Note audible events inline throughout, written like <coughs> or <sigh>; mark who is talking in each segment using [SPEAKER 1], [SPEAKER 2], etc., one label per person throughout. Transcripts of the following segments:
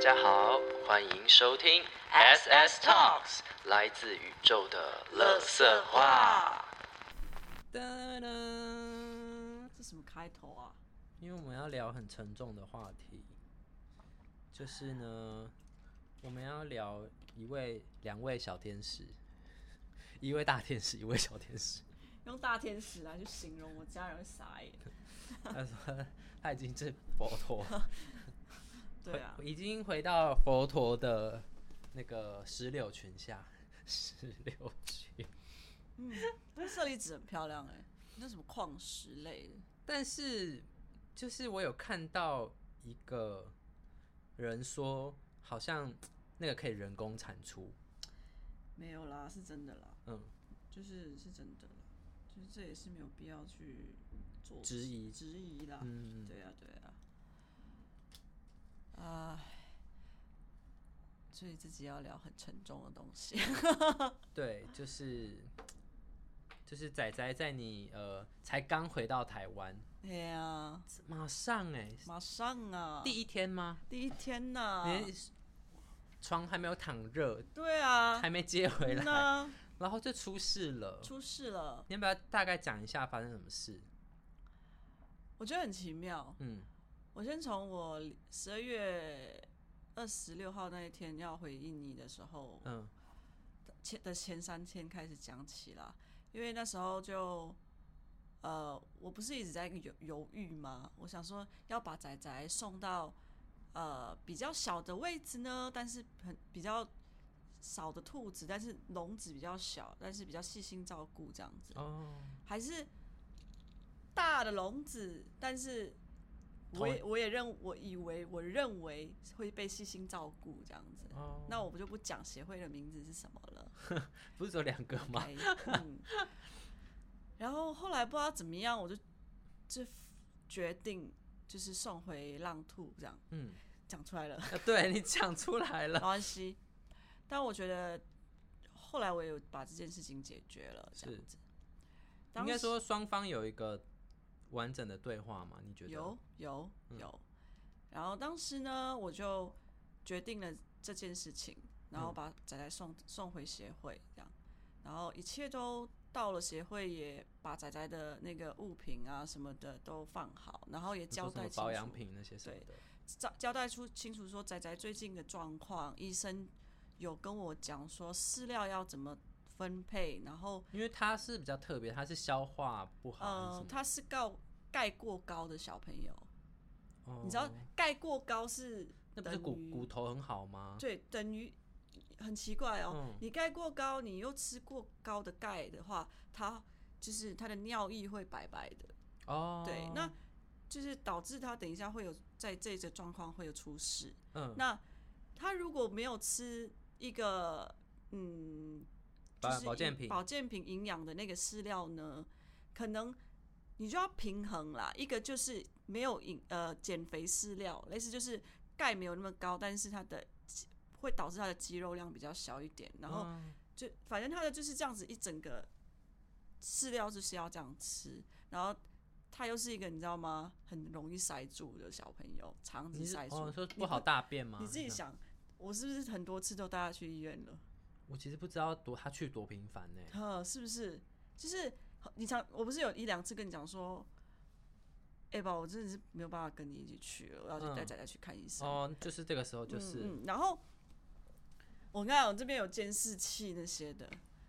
[SPEAKER 1] 家好，欢迎收听 SS Talks，来自宇宙的乐色话。噔噔，
[SPEAKER 2] 这什么开头啊？
[SPEAKER 1] 因为我们要聊很沉重的话题，就是呢，我们要聊一位、两位小天使，一位大天使，一位小天 <laughs> 使。
[SPEAKER 2] 用大天使来去形容我家人会傻眼。
[SPEAKER 1] 他说他已经是佛陀，
[SPEAKER 2] 对啊，
[SPEAKER 1] 已经回到佛陀的那个石榴裙下，石榴裙。
[SPEAKER 2] 嗯，但是舍利子很漂亮哎、那什么矿石类的，
[SPEAKER 1] 但是就是我有看到一个人说，好像那个可以人工产出，
[SPEAKER 2] 没有啦，是真的啦，
[SPEAKER 1] 嗯，
[SPEAKER 2] 就是是真的啦，就是这也是没有必要去做
[SPEAKER 1] 质疑
[SPEAKER 2] 质疑啦， <laughs>
[SPEAKER 1] 嗯
[SPEAKER 2] 对啊对啊，啊，所以自己要聊很沉重的东西，
[SPEAKER 1] 对，就是就是仔仔在你呃才刚回到台湾，
[SPEAKER 2] <laughs> 对呀、啊，
[SPEAKER 1] 马上哎、
[SPEAKER 2] 马上啊，
[SPEAKER 1] 第一天吗？
[SPEAKER 2] 第一天呐、
[SPEAKER 1] 你床还没有躺热，
[SPEAKER 2] 对啊，
[SPEAKER 1] 还没接回来，
[SPEAKER 2] 那
[SPEAKER 1] 然后就出事了。
[SPEAKER 2] 出事了，
[SPEAKER 1] 你要不要大概讲一下发生什么事？
[SPEAKER 2] 我觉得很奇妙。
[SPEAKER 1] 嗯
[SPEAKER 2] 我先从我十二月二十六号那一天要回印尼的时候，
[SPEAKER 1] 嗯
[SPEAKER 2] 前的前三天开始讲起啦，因为那时候就。呃，我不是一直在犹犹豫吗？我想说要把仔仔送到呃比较小的位置呢，但是很比较少的兔子，但是笼子比较小，但是比较细心照顾这样子。
[SPEAKER 1] 哦，
[SPEAKER 2] 还是大的笼子，但是我也我也认我以为我认为会被细心照顾这样子。
[SPEAKER 1] 哦
[SPEAKER 2] 那我不就不讲协会的名字是什么了。
[SPEAKER 1] 不是只有两个吗？
[SPEAKER 2] 哎嗯，然后后来不知道怎么样，我就就决定就是送回浪兔这样，
[SPEAKER 1] 嗯，
[SPEAKER 2] 讲出来了。
[SPEAKER 1] 啊 <laughs> 对你讲出来
[SPEAKER 2] 没
[SPEAKER 1] 了，
[SPEAKER 2] 关系。但我觉得后来我有把这件事情解决了，这样子。
[SPEAKER 1] 应
[SPEAKER 2] <laughs> 当
[SPEAKER 1] 该
[SPEAKER 2] 时
[SPEAKER 1] 说双方有一个完整的对话嘛？你觉得？嗯
[SPEAKER 2] 有有有。然后当时呢，我就决定了这件事情，然
[SPEAKER 1] 嗯
[SPEAKER 2] 后把仔仔送送回协会，这样，然后一切都到了协会，也把仔仔的那个物品啊什么的都放好，然后也
[SPEAKER 1] 你说
[SPEAKER 2] 交
[SPEAKER 1] 什么
[SPEAKER 2] 代清
[SPEAKER 1] 保养
[SPEAKER 2] 楚，
[SPEAKER 1] 品那些什么的，
[SPEAKER 2] 交交代出清楚说仔仔最近的状况，医生有跟我讲说饲料要怎么分配，然后
[SPEAKER 1] 因为它是比较特别，它是消化不好还是
[SPEAKER 2] 呃
[SPEAKER 1] 什，么？
[SPEAKER 2] 他是告盖过高的小朋友，
[SPEAKER 1] 哦
[SPEAKER 2] 呃你知道盖过高是
[SPEAKER 1] 那不是
[SPEAKER 2] 等
[SPEAKER 1] 骨
[SPEAKER 2] 于
[SPEAKER 1] 骨头很好吗？
[SPEAKER 2] 对，等于很奇怪哦。
[SPEAKER 1] 啊嗯
[SPEAKER 2] 你钙过高，你又吃过高的钙的话，它就是它的尿液会白白的，
[SPEAKER 1] 哦，
[SPEAKER 2] 对，那就是导致它等一下会有在这个状况会有出事。
[SPEAKER 1] 嗯，
[SPEAKER 2] 那它如果没有吃一个嗯，就
[SPEAKER 1] 保
[SPEAKER 2] 是
[SPEAKER 1] 保健
[SPEAKER 2] 营
[SPEAKER 1] 品
[SPEAKER 2] 保健品营养的那个饲料呢，可能。你就要平衡啦，一个就是没有营呃减肥饲料，类似就是钙没有那么高，但是它的肌会导致它的肌肉量比较小一点，然后
[SPEAKER 1] 嗯
[SPEAKER 2] 就反正它的就是这样子一整个饲料就是要这样吃，然后它又是一个你知道吗，很容易塞住的小朋友，肠
[SPEAKER 1] 你
[SPEAKER 2] 子
[SPEAKER 1] 是
[SPEAKER 2] 塞住，
[SPEAKER 1] 哦说不
[SPEAKER 2] 你
[SPEAKER 1] 好大便吗？嗯
[SPEAKER 2] 你自己
[SPEAKER 1] 那，
[SPEAKER 2] 想，我是不是很多次都带他去医院了？
[SPEAKER 1] 我其实不知道多他去多频繁
[SPEAKER 2] <laughs>
[SPEAKER 1] 呢。
[SPEAKER 2] 呵，嗯是不是？就是你常我不是有一两次跟你讲说，哎、吧，我真的是没有办法跟你一起去了，我要去带
[SPEAKER 1] 嗯
[SPEAKER 2] 仔仔去看医生。
[SPEAKER 1] 哦，就是这个时候就是
[SPEAKER 2] 嗯嗯，然后我刚才我这边有监视器那些的，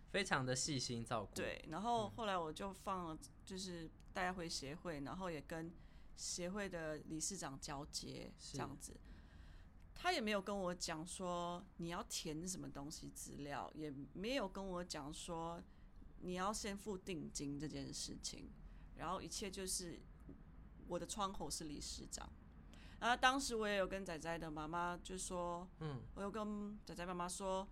[SPEAKER 1] 非常的细心照顾，，嗯
[SPEAKER 2] 对，然后后来我就放了，就是带回协会，然后也跟协会的理事长交接
[SPEAKER 1] 是
[SPEAKER 2] 这样子。他也没有跟我讲说你要填什么东西资料，也没有跟我讲说你要先付定金这件事情，然后一切就是我的窗口是理事长。然后当时我也有跟仔仔的妈妈就说，
[SPEAKER 1] 嗯，
[SPEAKER 2] 我有跟仔仔妈妈说，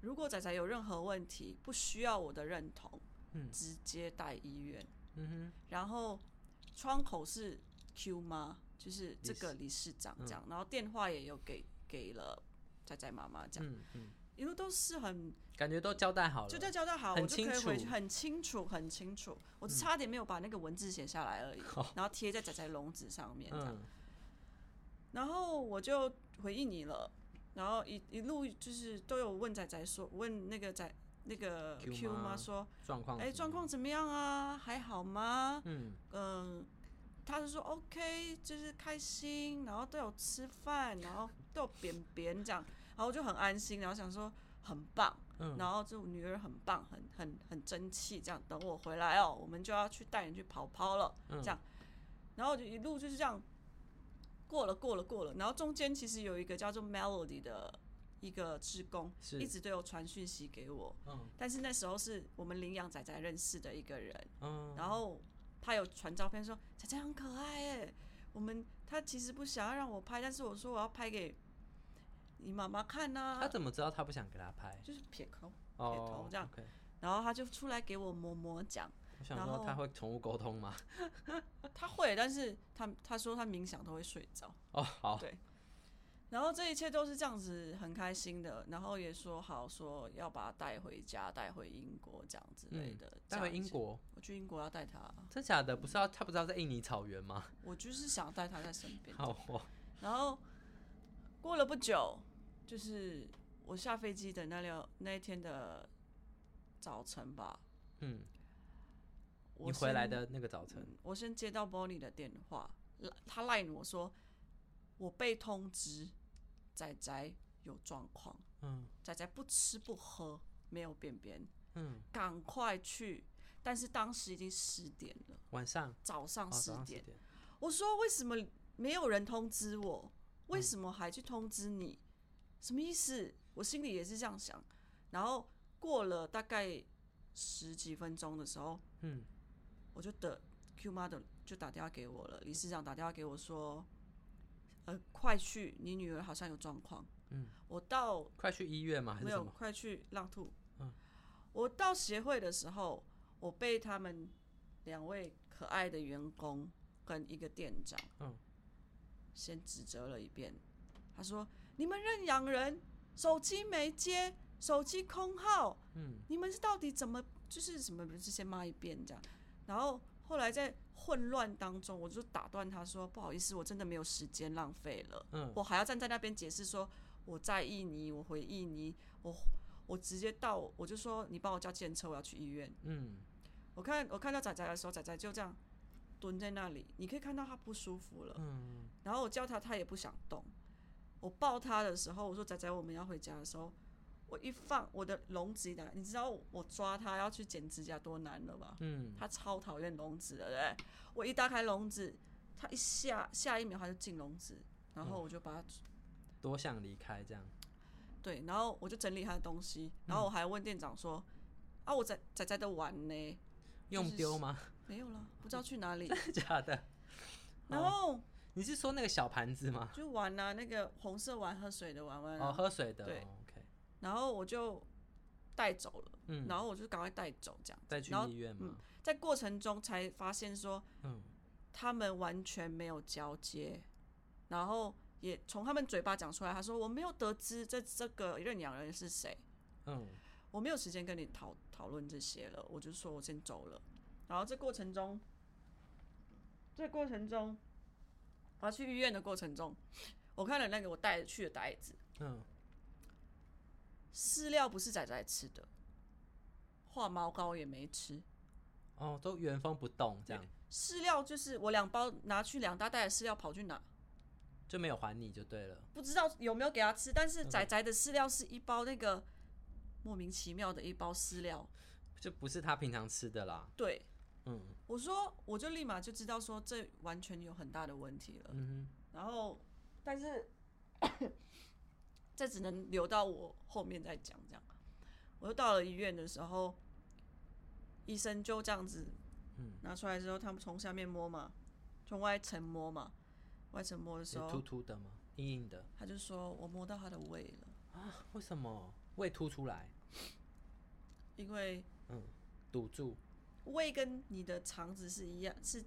[SPEAKER 2] 如果仔仔有任何问题，不需要我的认同，
[SPEAKER 1] 嗯
[SPEAKER 2] 直接带医院。
[SPEAKER 1] 嗯
[SPEAKER 2] 然后窗口是 Q 妈，就是这个理事长这
[SPEAKER 1] 嗯
[SPEAKER 2] 样，然后电话也有给给了仔仔妈妈这
[SPEAKER 1] 哼，
[SPEAKER 2] 样，
[SPEAKER 1] 嗯嗯，
[SPEAKER 2] 一路都是很
[SPEAKER 1] 感觉都交代好了，
[SPEAKER 2] 就在交代好，
[SPEAKER 1] 很
[SPEAKER 2] 我就可以
[SPEAKER 1] 清
[SPEAKER 2] 回去，
[SPEAKER 1] 楚嗯
[SPEAKER 2] 很清楚，很清楚，我差点没有把那个文字写下来而已，然后贴在仔仔笼子上面这样。
[SPEAKER 1] 嗯
[SPEAKER 2] 然后我就回应你了，然后一一路就是都有问仔仔说，问那个仔那个
[SPEAKER 1] Q
[SPEAKER 2] Q
[SPEAKER 1] 妈
[SPEAKER 2] 妈说，
[SPEAKER 1] 嗯状况
[SPEAKER 2] 哎，
[SPEAKER 1] 怎
[SPEAKER 2] 状
[SPEAKER 1] 么样
[SPEAKER 2] 况怎么样啊？还好吗？
[SPEAKER 1] 嗯
[SPEAKER 2] 嗯，他就说 OK，就是开心，然后都有吃饭，然后都有扁扁这样，然后我就很安心，然后想说很棒，
[SPEAKER 1] 嗯
[SPEAKER 2] 然后就女儿很棒，很很很争气，这样等我回来哦，我们就要去带你去跑跑了，
[SPEAKER 1] 嗯
[SPEAKER 2] 这样，然后我就一路就是这样过了过了过了，然后中间其实有一个叫做 Melody 的一个职工，
[SPEAKER 1] 是
[SPEAKER 2] 一直都有传讯息给我，
[SPEAKER 1] 嗯
[SPEAKER 2] 但是那时候是我们领养仔仔认识的一个人。
[SPEAKER 1] 嗯，
[SPEAKER 2] 然后他有传照片说仔仔很可爱哎，我们他其实不想要让我拍，但是我说我要拍给你妈妈看呐、
[SPEAKER 1] 他怎么知道他不想给他拍？
[SPEAKER 2] 就是撇头，
[SPEAKER 1] 哦，
[SPEAKER 2] 这样
[SPEAKER 1] OK
[SPEAKER 2] 然后他就出来给我摸摸讲，
[SPEAKER 1] 我想
[SPEAKER 2] 然
[SPEAKER 1] 说
[SPEAKER 2] 后
[SPEAKER 1] 他会宠物沟通吗？
[SPEAKER 2] 他会，但是他他说他冥想都会睡着，
[SPEAKER 1] 哦，好，
[SPEAKER 2] 对。然后这一切都是这样子，很开心的。然后也说好说要把他带回家，带回英国这样之类
[SPEAKER 1] 嗯
[SPEAKER 2] 的。
[SPEAKER 1] 带
[SPEAKER 2] 这
[SPEAKER 1] 回
[SPEAKER 2] 样
[SPEAKER 1] 英
[SPEAKER 2] 子，
[SPEAKER 1] 国，
[SPEAKER 2] 我去英国要带他，啊
[SPEAKER 1] 真假的？不是要他不知道在印尼草原吗？
[SPEAKER 2] 我就是想带他在身边。
[SPEAKER 1] 好哦，
[SPEAKER 2] 然后过了不久，就是我下飞机的那六那一天的早晨吧，
[SPEAKER 1] 嗯，
[SPEAKER 2] 我
[SPEAKER 1] 你回来
[SPEAKER 2] 先，
[SPEAKER 1] 的那个早晨，
[SPEAKER 2] 我先接到 Bonnie 的电话，赖他赖我说我被通知仔仔有状况，
[SPEAKER 1] 嗯
[SPEAKER 2] 仔仔不吃不喝，没有便便，
[SPEAKER 1] 嗯，
[SPEAKER 2] 赶快去。但是当时已经十点了，
[SPEAKER 1] 晚上
[SPEAKER 2] 早上
[SPEAKER 1] 哦，
[SPEAKER 2] 十
[SPEAKER 1] 早上十
[SPEAKER 2] 点。
[SPEAKER 1] 点，
[SPEAKER 2] 我说为什么没有人通知我？为什么还去通知你？什么意思？我心里也是这样想。然后过了大概十几分钟的时候，
[SPEAKER 1] 嗯
[SPEAKER 2] 我就等 Q 妈的就打电话给我了，理事长打电话给我说，呃，快去，你女儿好像有状况。
[SPEAKER 1] 嗯，
[SPEAKER 2] 我到
[SPEAKER 1] 快去医院吗？还是
[SPEAKER 2] 没
[SPEAKER 1] 什
[SPEAKER 2] 有，
[SPEAKER 1] 么？
[SPEAKER 2] 快去浪兔。
[SPEAKER 1] 嗯，
[SPEAKER 2] 我到协会的时候，我被他们两位可爱的员工跟一个店长，
[SPEAKER 1] 嗯，
[SPEAKER 2] 先指责了一遍。他说：“你们认养人手机没接，手机空号，
[SPEAKER 1] 嗯，
[SPEAKER 2] 你们是到底怎么就是什么？就先骂一遍这样。”然后后来在混乱当中，我就打断他说：“不好意思，我真的没有时间浪费了。”
[SPEAKER 1] 嗯
[SPEAKER 2] 我还要站在那边解释说我在印尼，我回印尼，我我直接到，我就说你帮我叫建车，我要去医院。
[SPEAKER 1] 嗯，
[SPEAKER 2] 我看我看到仔仔的时候，仔仔就这样蹲在那里，你可以看到他不舒服了。
[SPEAKER 1] 嗯，
[SPEAKER 2] 然后我叫他，他也不想动。我抱他的时候，我说仔仔，我们要回家的时候，我一放我的笼子一打开，你知道我抓他要去剪指甲多难了吧？
[SPEAKER 1] 嗯，
[SPEAKER 2] 他超讨厌笼子的，对不对？我一打开笼子，他一下下一秒他就进笼子，然
[SPEAKER 1] 嗯
[SPEAKER 2] 后我就把他
[SPEAKER 1] 多想离开这样，
[SPEAKER 2] 对，然后我就整理他的东西，
[SPEAKER 1] 嗯
[SPEAKER 2] 然后我还问店长说：“啊，我仔仔仔的碗呢？
[SPEAKER 1] 用
[SPEAKER 2] 是
[SPEAKER 1] 丢吗？
[SPEAKER 2] 没有了，不知道去
[SPEAKER 1] <laughs>
[SPEAKER 2] 哪里。
[SPEAKER 1] 真假的？”
[SPEAKER 2] 然后
[SPEAKER 1] 你哦是说那个小盘子吗？
[SPEAKER 2] 就碗啊，那个红色碗喝水的碗碗啊、
[SPEAKER 1] 哦，喝水的。
[SPEAKER 2] 对
[SPEAKER 1] 哦，OK，
[SPEAKER 2] 然后我就带走了，
[SPEAKER 1] 嗯，
[SPEAKER 2] 然后我就赶快带走这样子。
[SPEAKER 1] 再去
[SPEAKER 2] 然后
[SPEAKER 1] 医院吗？
[SPEAKER 2] 在过程中才发现说，
[SPEAKER 1] 嗯
[SPEAKER 2] 他们完全没有交接，然后也从他们嘴巴讲出来，他说我没有得知这这个认养人是谁。
[SPEAKER 1] 嗯
[SPEAKER 2] 我没有时间跟你讨讨论这些了，我就说我先走了。然后这过程中，这过程中，我要去医院的过程中，我看了那个我带去的袋子，
[SPEAKER 1] 嗯，
[SPEAKER 2] 饲料不是仔仔吃的，化毛膏也没吃，
[SPEAKER 1] 哦，都原封不动这样，
[SPEAKER 2] 饲料就是我两包拿去两大袋的饲料跑去哪，
[SPEAKER 1] 就没有还你就对了。
[SPEAKER 2] 不知道有没有给他吃，但是仔仔的饲料是一包那个莫名其妙的一包饲料，
[SPEAKER 1] 就不是他平常吃的啦。
[SPEAKER 2] 对。
[SPEAKER 1] 嗯
[SPEAKER 2] 我说，我就立马就知道说这完全有很大的问题了。
[SPEAKER 1] 嗯
[SPEAKER 2] 然后，但是 <coughs> 这只能留到我后面再讲。这样，我就到了医院的时候，医生就这样子
[SPEAKER 1] 嗯，
[SPEAKER 2] 拿出来之后，他们从下面摸嘛，从外层摸嘛，外层摸的
[SPEAKER 1] 哼，
[SPEAKER 2] 时
[SPEAKER 1] 是凸
[SPEAKER 2] 候，
[SPEAKER 1] 凸的吗？硬硬的
[SPEAKER 2] 他就说我摸到他的胃了，
[SPEAKER 1] 啊？为什么胃凸出来？
[SPEAKER 2] 因为
[SPEAKER 1] 嗯，堵住。
[SPEAKER 2] 胃跟你的肠子是一样，是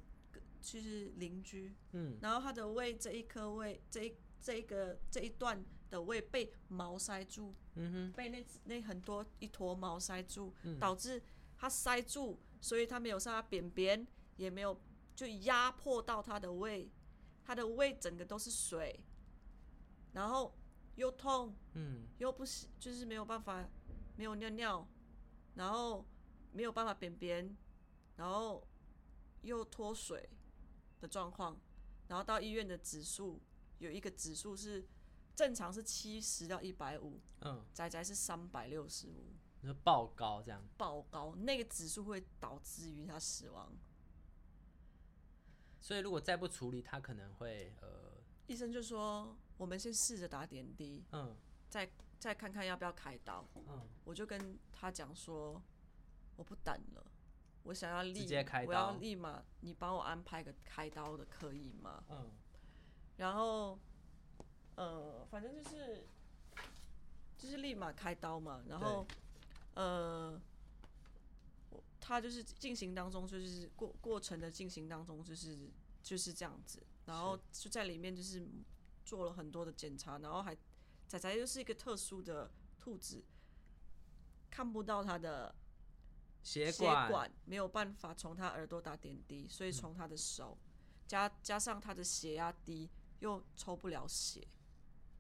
[SPEAKER 2] 就是邻居，
[SPEAKER 1] 嗯
[SPEAKER 2] 然后他的胃这一颗胃这一这一个这一段的胃被毛塞住，
[SPEAKER 1] 嗯哼，
[SPEAKER 2] 被那那很多一坨毛塞住，
[SPEAKER 1] 嗯
[SPEAKER 2] 导致它塞住，所以它没有上它扁扁，也没有就压迫到它的胃，它的胃整个都是水，然后又痛
[SPEAKER 1] 嗯
[SPEAKER 2] 又不行，就是没有办法，没有尿尿，然后没有办法便便，然后又脱水的状况，然后到医院的指数有一个指数是正常是七十到一百五，
[SPEAKER 1] 嗯，
[SPEAKER 2] 仔仔是三百六十五，
[SPEAKER 1] 你说爆高这样，
[SPEAKER 2] 爆高，那个指数会导致于他死亡。
[SPEAKER 1] 所以如果再不处理，他可能会呃
[SPEAKER 2] 医生就说我们先试着打点滴，
[SPEAKER 1] 嗯
[SPEAKER 2] 再再看看要不要开刀。
[SPEAKER 1] 嗯
[SPEAKER 2] 我就跟他讲说，我不等了，我想要立，
[SPEAKER 1] 直接开刀
[SPEAKER 2] 我要立马，你帮我安排个开刀的，可以吗？
[SPEAKER 1] 嗯
[SPEAKER 2] 然后，呃，反正就是就是立马开刀嘛，然后，呃，我他就是进行当中，就是过过程的进行当中，就是就是这样子，然后就在里面就是做了很多的检查，然后还仔仔又是一个特殊的兔子，看不到他的
[SPEAKER 1] 血
[SPEAKER 2] 管
[SPEAKER 1] 管嗯
[SPEAKER 2] 没有办法从他耳朵打点滴，所以从他的手、加加上他的血压低，又抽不了血，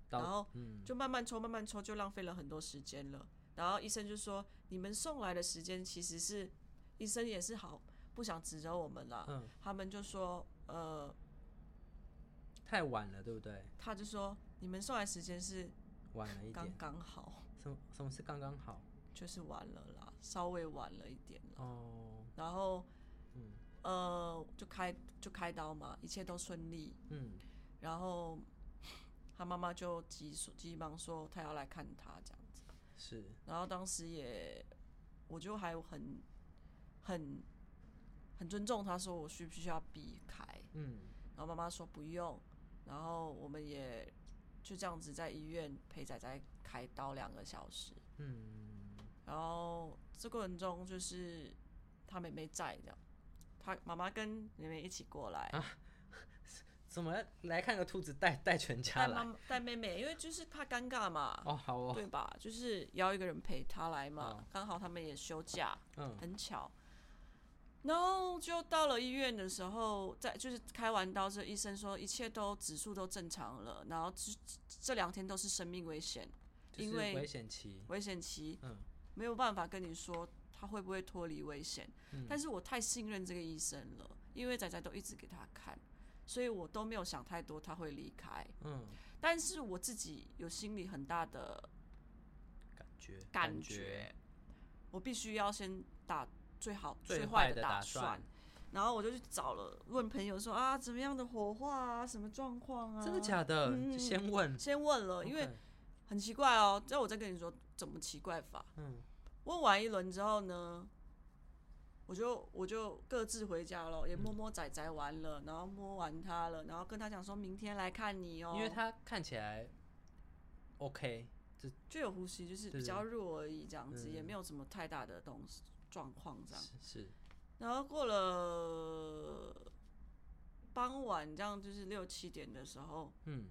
[SPEAKER 1] 导
[SPEAKER 2] 然后
[SPEAKER 1] 嗯
[SPEAKER 2] 就慢慢抽，慢慢抽，就浪费了很多时间了。然后医生就说：“你们送来的时间其实是，医生也是好不想指责我们啦。
[SPEAKER 1] 嗯
[SPEAKER 2] 他们就说：“呃，
[SPEAKER 1] 太晚了，对不对？
[SPEAKER 2] 他就说你们送来时间是
[SPEAKER 1] 晚了一
[SPEAKER 2] 刚
[SPEAKER 1] 点，
[SPEAKER 2] 刚好，
[SPEAKER 1] 什么什么是刚刚好？
[SPEAKER 2] 就是晚了啦，稍微晚了一点了。
[SPEAKER 1] 哦，
[SPEAKER 2] 然后，
[SPEAKER 1] 嗯
[SPEAKER 2] 呃，就开就开刀嘛，一切都顺利。
[SPEAKER 1] 嗯
[SPEAKER 2] 然后他妈妈就急说急忙说她要来看他这样子，
[SPEAKER 1] 是
[SPEAKER 2] 然后当时也我就还很很很尊重他说我需不需要避开，
[SPEAKER 1] 嗯
[SPEAKER 2] 然后妈妈说不用，然后我们也就这样子在医院陪仔仔开刀两个小时，
[SPEAKER 1] 嗯
[SPEAKER 2] 然后这过程中就是他妹妹在的，他妈妈跟妹妹一起过来，
[SPEAKER 1] 啊怎么来看个兔子带带全家
[SPEAKER 2] 带
[SPEAKER 1] 来？
[SPEAKER 2] 妈带妹妹，因为就是怕尴尬嘛，
[SPEAKER 1] 哦，好哦，
[SPEAKER 2] 对吧？就是也要一个人陪他来嘛，刚、好他们也休假，
[SPEAKER 1] 啊嗯
[SPEAKER 2] 很巧。然后就到了医院的时候，在就是开完刀之后，医生说一切都指数都正常了，然后这这两天都是生命危险
[SPEAKER 1] 就是
[SPEAKER 2] 因为
[SPEAKER 1] 危险期，
[SPEAKER 2] 危险期，
[SPEAKER 1] 嗯
[SPEAKER 2] 没有办法跟你说他会不会脱离危险。
[SPEAKER 1] 嗯
[SPEAKER 2] 但是我太信任这个医生了，因为仔仔都一直给他看，所以我都没有想太多他会离开。
[SPEAKER 1] 嗯，
[SPEAKER 2] 但是我自己有心里很大的
[SPEAKER 1] 感觉
[SPEAKER 2] 感
[SPEAKER 1] 觉
[SPEAKER 2] 觉，我必须要先打最好
[SPEAKER 1] 最
[SPEAKER 2] 坏
[SPEAKER 1] 坏的
[SPEAKER 2] 打
[SPEAKER 1] 打算
[SPEAKER 2] 然后我就去找了，问朋友说啊，怎么样的火化啊，什么状况啊？
[SPEAKER 1] 真的假的？
[SPEAKER 2] 嗯
[SPEAKER 1] 就先问，
[SPEAKER 2] 先问了，因为
[SPEAKER 1] OK，
[SPEAKER 2] 很奇怪哦。这我再跟你说怎么奇怪法。
[SPEAKER 1] 嗯
[SPEAKER 2] 问完一轮之后呢，我就我就各自回家了，
[SPEAKER 1] 嗯
[SPEAKER 2] 也摸摸仔仔玩了，然后摸完他了，然后跟他讲说明天来看你哦，
[SPEAKER 1] 嗯因为他看起来 OK，
[SPEAKER 2] 就有呼吸，就是
[SPEAKER 1] 对
[SPEAKER 2] 比较弱而已，这样子、
[SPEAKER 1] 嗯
[SPEAKER 2] 也没有什么太大的东西状况这样。
[SPEAKER 1] 是是，
[SPEAKER 2] 然后过了傍晚，这样就是六七点的时候，
[SPEAKER 1] 嗯，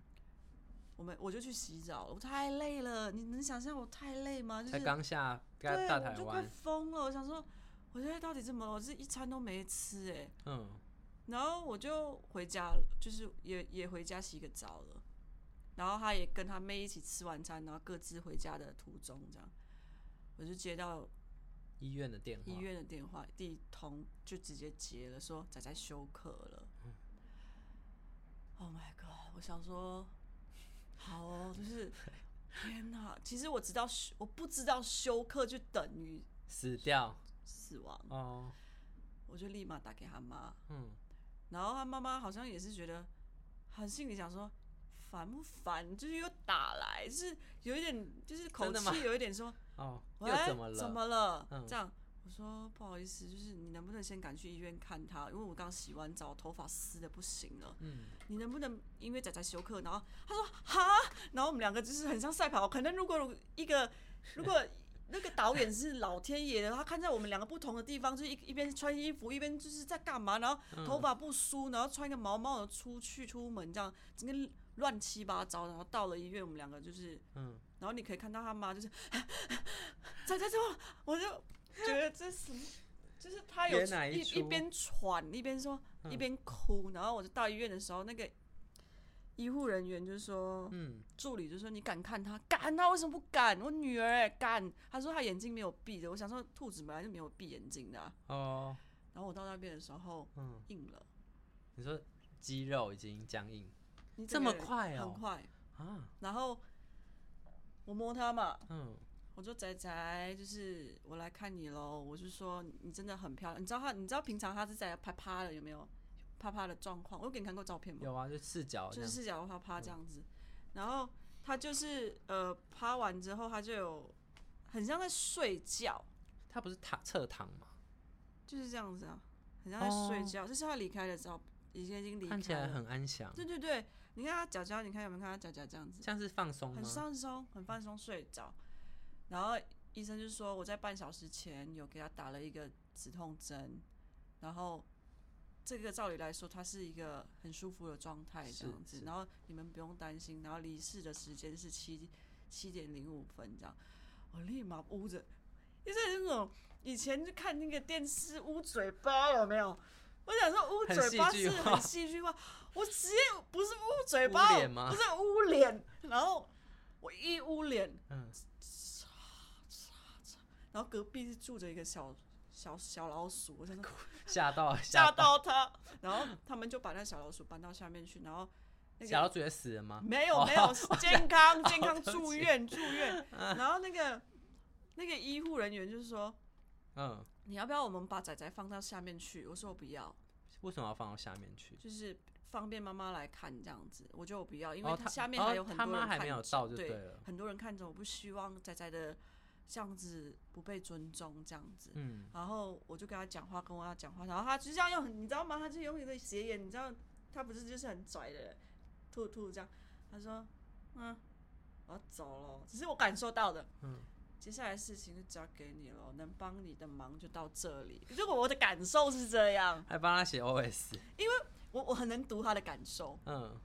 [SPEAKER 2] 我们我就去洗澡了，我太累了，你能想象我太累吗？就
[SPEAKER 1] 才
[SPEAKER 2] 是
[SPEAKER 1] 刚下大
[SPEAKER 2] 对，
[SPEAKER 1] 大
[SPEAKER 2] 我
[SPEAKER 1] 台
[SPEAKER 2] 就快
[SPEAKER 1] 湾，
[SPEAKER 2] 疯了，我想说，我现在到底怎么了？我是一餐都没吃哎、
[SPEAKER 1] 嗯
[SPEAKER 2] 然后我就回家了，就是也也回家洗个澡了，然后他也跟他妹一起吃晚餐，然后各自回家的途中这样，我就接到
[SPEAKER 1] 医院的电话，
[SPEAKER 2] 医院的电话，第一通就直接接了，说仔仔休克了。Oh my god！我想说，好哦，就是天哪！其实我知道休，我不知道休克就等于
[SPEAKER 1] 死掉
[SPEAKER 2] 死亡，
[SPEAKER 1] 哦，
[SPEAKER 2] 我就立马打给他妈，
[SPEAKER 1] 嗯，
[SPEAKER 2] 然后他妈妈好像也是觉得，很心里想说。烦不烦？就是又打来，就是有一点，就是口
[SPEAKER 1] 真的吗
[SPEAKER 2] 气有一点说，
[SPEAKER 1] 哦，<laughs>
[SPEAKER 2] 喂
[SPEAKER 1] 又怎么了？
[SPEAKER 2] 怎么了？
[SPEAKER 1] 嗯
[SPEAKER 2] 这样我说不好意思，就是你能不能先赶去医院看他？因为我刚洗完澡，头发湿的不行了。
[SPEAKER 1] 嗯，
[SPEAKER 2] 你能不能因为仔仔休克？然后他说哈，然后我们两个就是很像赛跑。可能如果一个 <laughs> 如果那个导演是老天爷的，他看在我们两个不同的地方，就是一一边穿衣服，一边就是在干嘛，然后头发不梳，然后穿一个毛毛的出去出门，这样整个乱七八糟。然后到了医院，我们两个就是
[SPEAKER 1] 嗯，
[SPEAKER 2] 然后你可以看到他妈就是 <laughs> 仔仔怎么了，我就觉得这是什么，就是他有
[SPEAKER 1] 演哪一
[SPEAKER 2] 一
[SPEAKER 1] 出嗯
[SPEAKER 2] 一边喘一边说一边哭，然后我就到医院的时候，那个医护人员就说，
[SPEAKER 1] 嗯，
[SPEAKER 2] 助理就说你敢看他？敢他为什么不敢？我女儿哎、敢！他说他眼睛没有闭着，我想说兔子本来就没有闭眼睛的啊、
[SPEAKER 1] 哦，
[SPEAKER 2] 然后我到那边的时候
[SPEAKER 1] 嗯，
[SPEAKER 2] 硬了，
[SPEAKER 1] 你说肌肉已经僵硬
[SPEAKER 2] 你
[SPEAKER 1] 这
[SPEAKER 2] 整个
[SPEAKER 1] 么
[SPEAKER 2] 人
[SPEAKER 1] 快哦
[SPEAKER 2] 很快。
[SPEAKER 1] 啊，
[SPEAKER 2] 然后我摸他嘛，
[SPEAKER 1] 嗯，
[SPEAKER 2] 我说仔仔，就是我来看你喽。我是说你真的很漂亮，你知道他，你知道平常他是在啪啪的有没有？啪啪的状况，我有给你看过照片吗？
[SPEAKER 1] 有嗯啊，就四角这
[SPEAKER 2] 就是
[SPEAKER 1] 样，
[SPEAKER 2] 四角啪啪这样子。然后他就是呃趴完之后，他就有很像在睡觉，
[SPEAKER 1] 他不是躺侧躺吗？
[SPEAKER 2] 就是这样子啊，很像在睡觉。这是他离开的照，已经已经离
[SPEAKER 1] 哦看起
[SPEAKER 2] 开
[SPEAKER 1] 来
[SPEAKER 2] 了。
[SPEAKER 1] 很安详，
[SPEAKER 2] 对对对，你看他脚脚，你看有没有看他脚脚这样子？
[SPEAKER 1] 像是放松吗
[SPEAKER 2] 很？放松，很放松睡着。然后医生就说我在半小时前有给他打了一个止痛针，然后这个照理来说，他是一个很舒服的状态这
[SPEAKER 1] 是
[SPEAKER 2] 样子
[SPEAKER 1] 是，
[SPEAKER 2] 然后你们不用担心。然后离世的时间是七七点零五分这样，我立马捂着，就是那种以前就看那个电视捂嘴巴有没有？我想说捂
[SPEAKER 1] 很
[SPEAKER 2] 嘴巴
[SPEAKER 1] 戏
[SPEAKER 2] 是
[SPEAKER 1] 剧
[SPEAKER 2] 很
[SPEAKER 1] 化
[SPEAKER 2] 戏剧化，我直接不是捂嘴
[SPEAKER 1] 捂
[SPEAKER 2] 巴，
[SPEAKER 1] 脸吗
[SPEAKER 2] 不是捂脸，然后我一捂脸，
[SPEAKER 1] 嗯，
[SPEAKER 2] 然后隔壁是住着一个小小小老鼠，我真的
[SPEAKER 1] 吓
[SPEAKER 2] <laughs>
[SPEAKER 1] 到
[SPEAKER 2] 吓
[SPEAKER 1] 到，
[SPEAKER 2] 到它。然后他们就把那小老鼠搬到下面去，然后那
[SPEAKER 1] 吓
[SPEAKER 2] 个
[SPEAKER 1] 到主角死了吗？
[SPEAKER 2] 没有
[SPEAKER 1] 哦
[SPEAKER 2] 没有是健康健
[SPEAKER 1] 哦
[SPEAKER 2] 康
[SPEAKER 1] 对不
[SPEAKER 2] 住
[SPEAKER 1] 起
[SPEAKER 2] 院住院，然后那个那个医护人员就是说。
[SPEAKER 1] 嗯，
[SPEAKER 2] 你要不要我们把仔仔放到下面去？我说我不要，
[SPEAKER 1] 为什么要放到下面去？
[SPEAKER 2] 就是方便妈妈来看这样子。我就我不要，因
[SPEAKER 1] 哦
[SPEAKER 2] 为
[SPEAKER 1] 他
[SPEAKER 2] 下面
[SPEAKER 1] 哦
[SPEAKER 2] 还有很
[SPEAKER 1] 他
[SPEAKER 2] 多人看着、
[SPEAKER 1] 妈还没有到就
[SPEAKER 2] 对
[SPEAKER 1] 对了
[SPEAKER 2] 很多人看着，我不希望仔仔的这样子不被尊重这样子。
[SPEAKER 1] 嗯，
[SPEAKER 2] 然后我就跟他讲话，跟我他讲话，然后他就这样用，你知道吗？他就用一个斜眼，你知道他不是就是很拽的人兔兔这样，他说，嗯，我要走了，只是我感受到的，
[SPEAKER 1] 嗯，
[SPEAKER 2] 接下来事情就交给你了，能帮你的忙就到这里。如果我的感受是这样，
[SPEAKER 1] 还帮他写 OS，
[SPEAKER 2] 我我很能读他的感受，
[SPEAKER 1] 嗯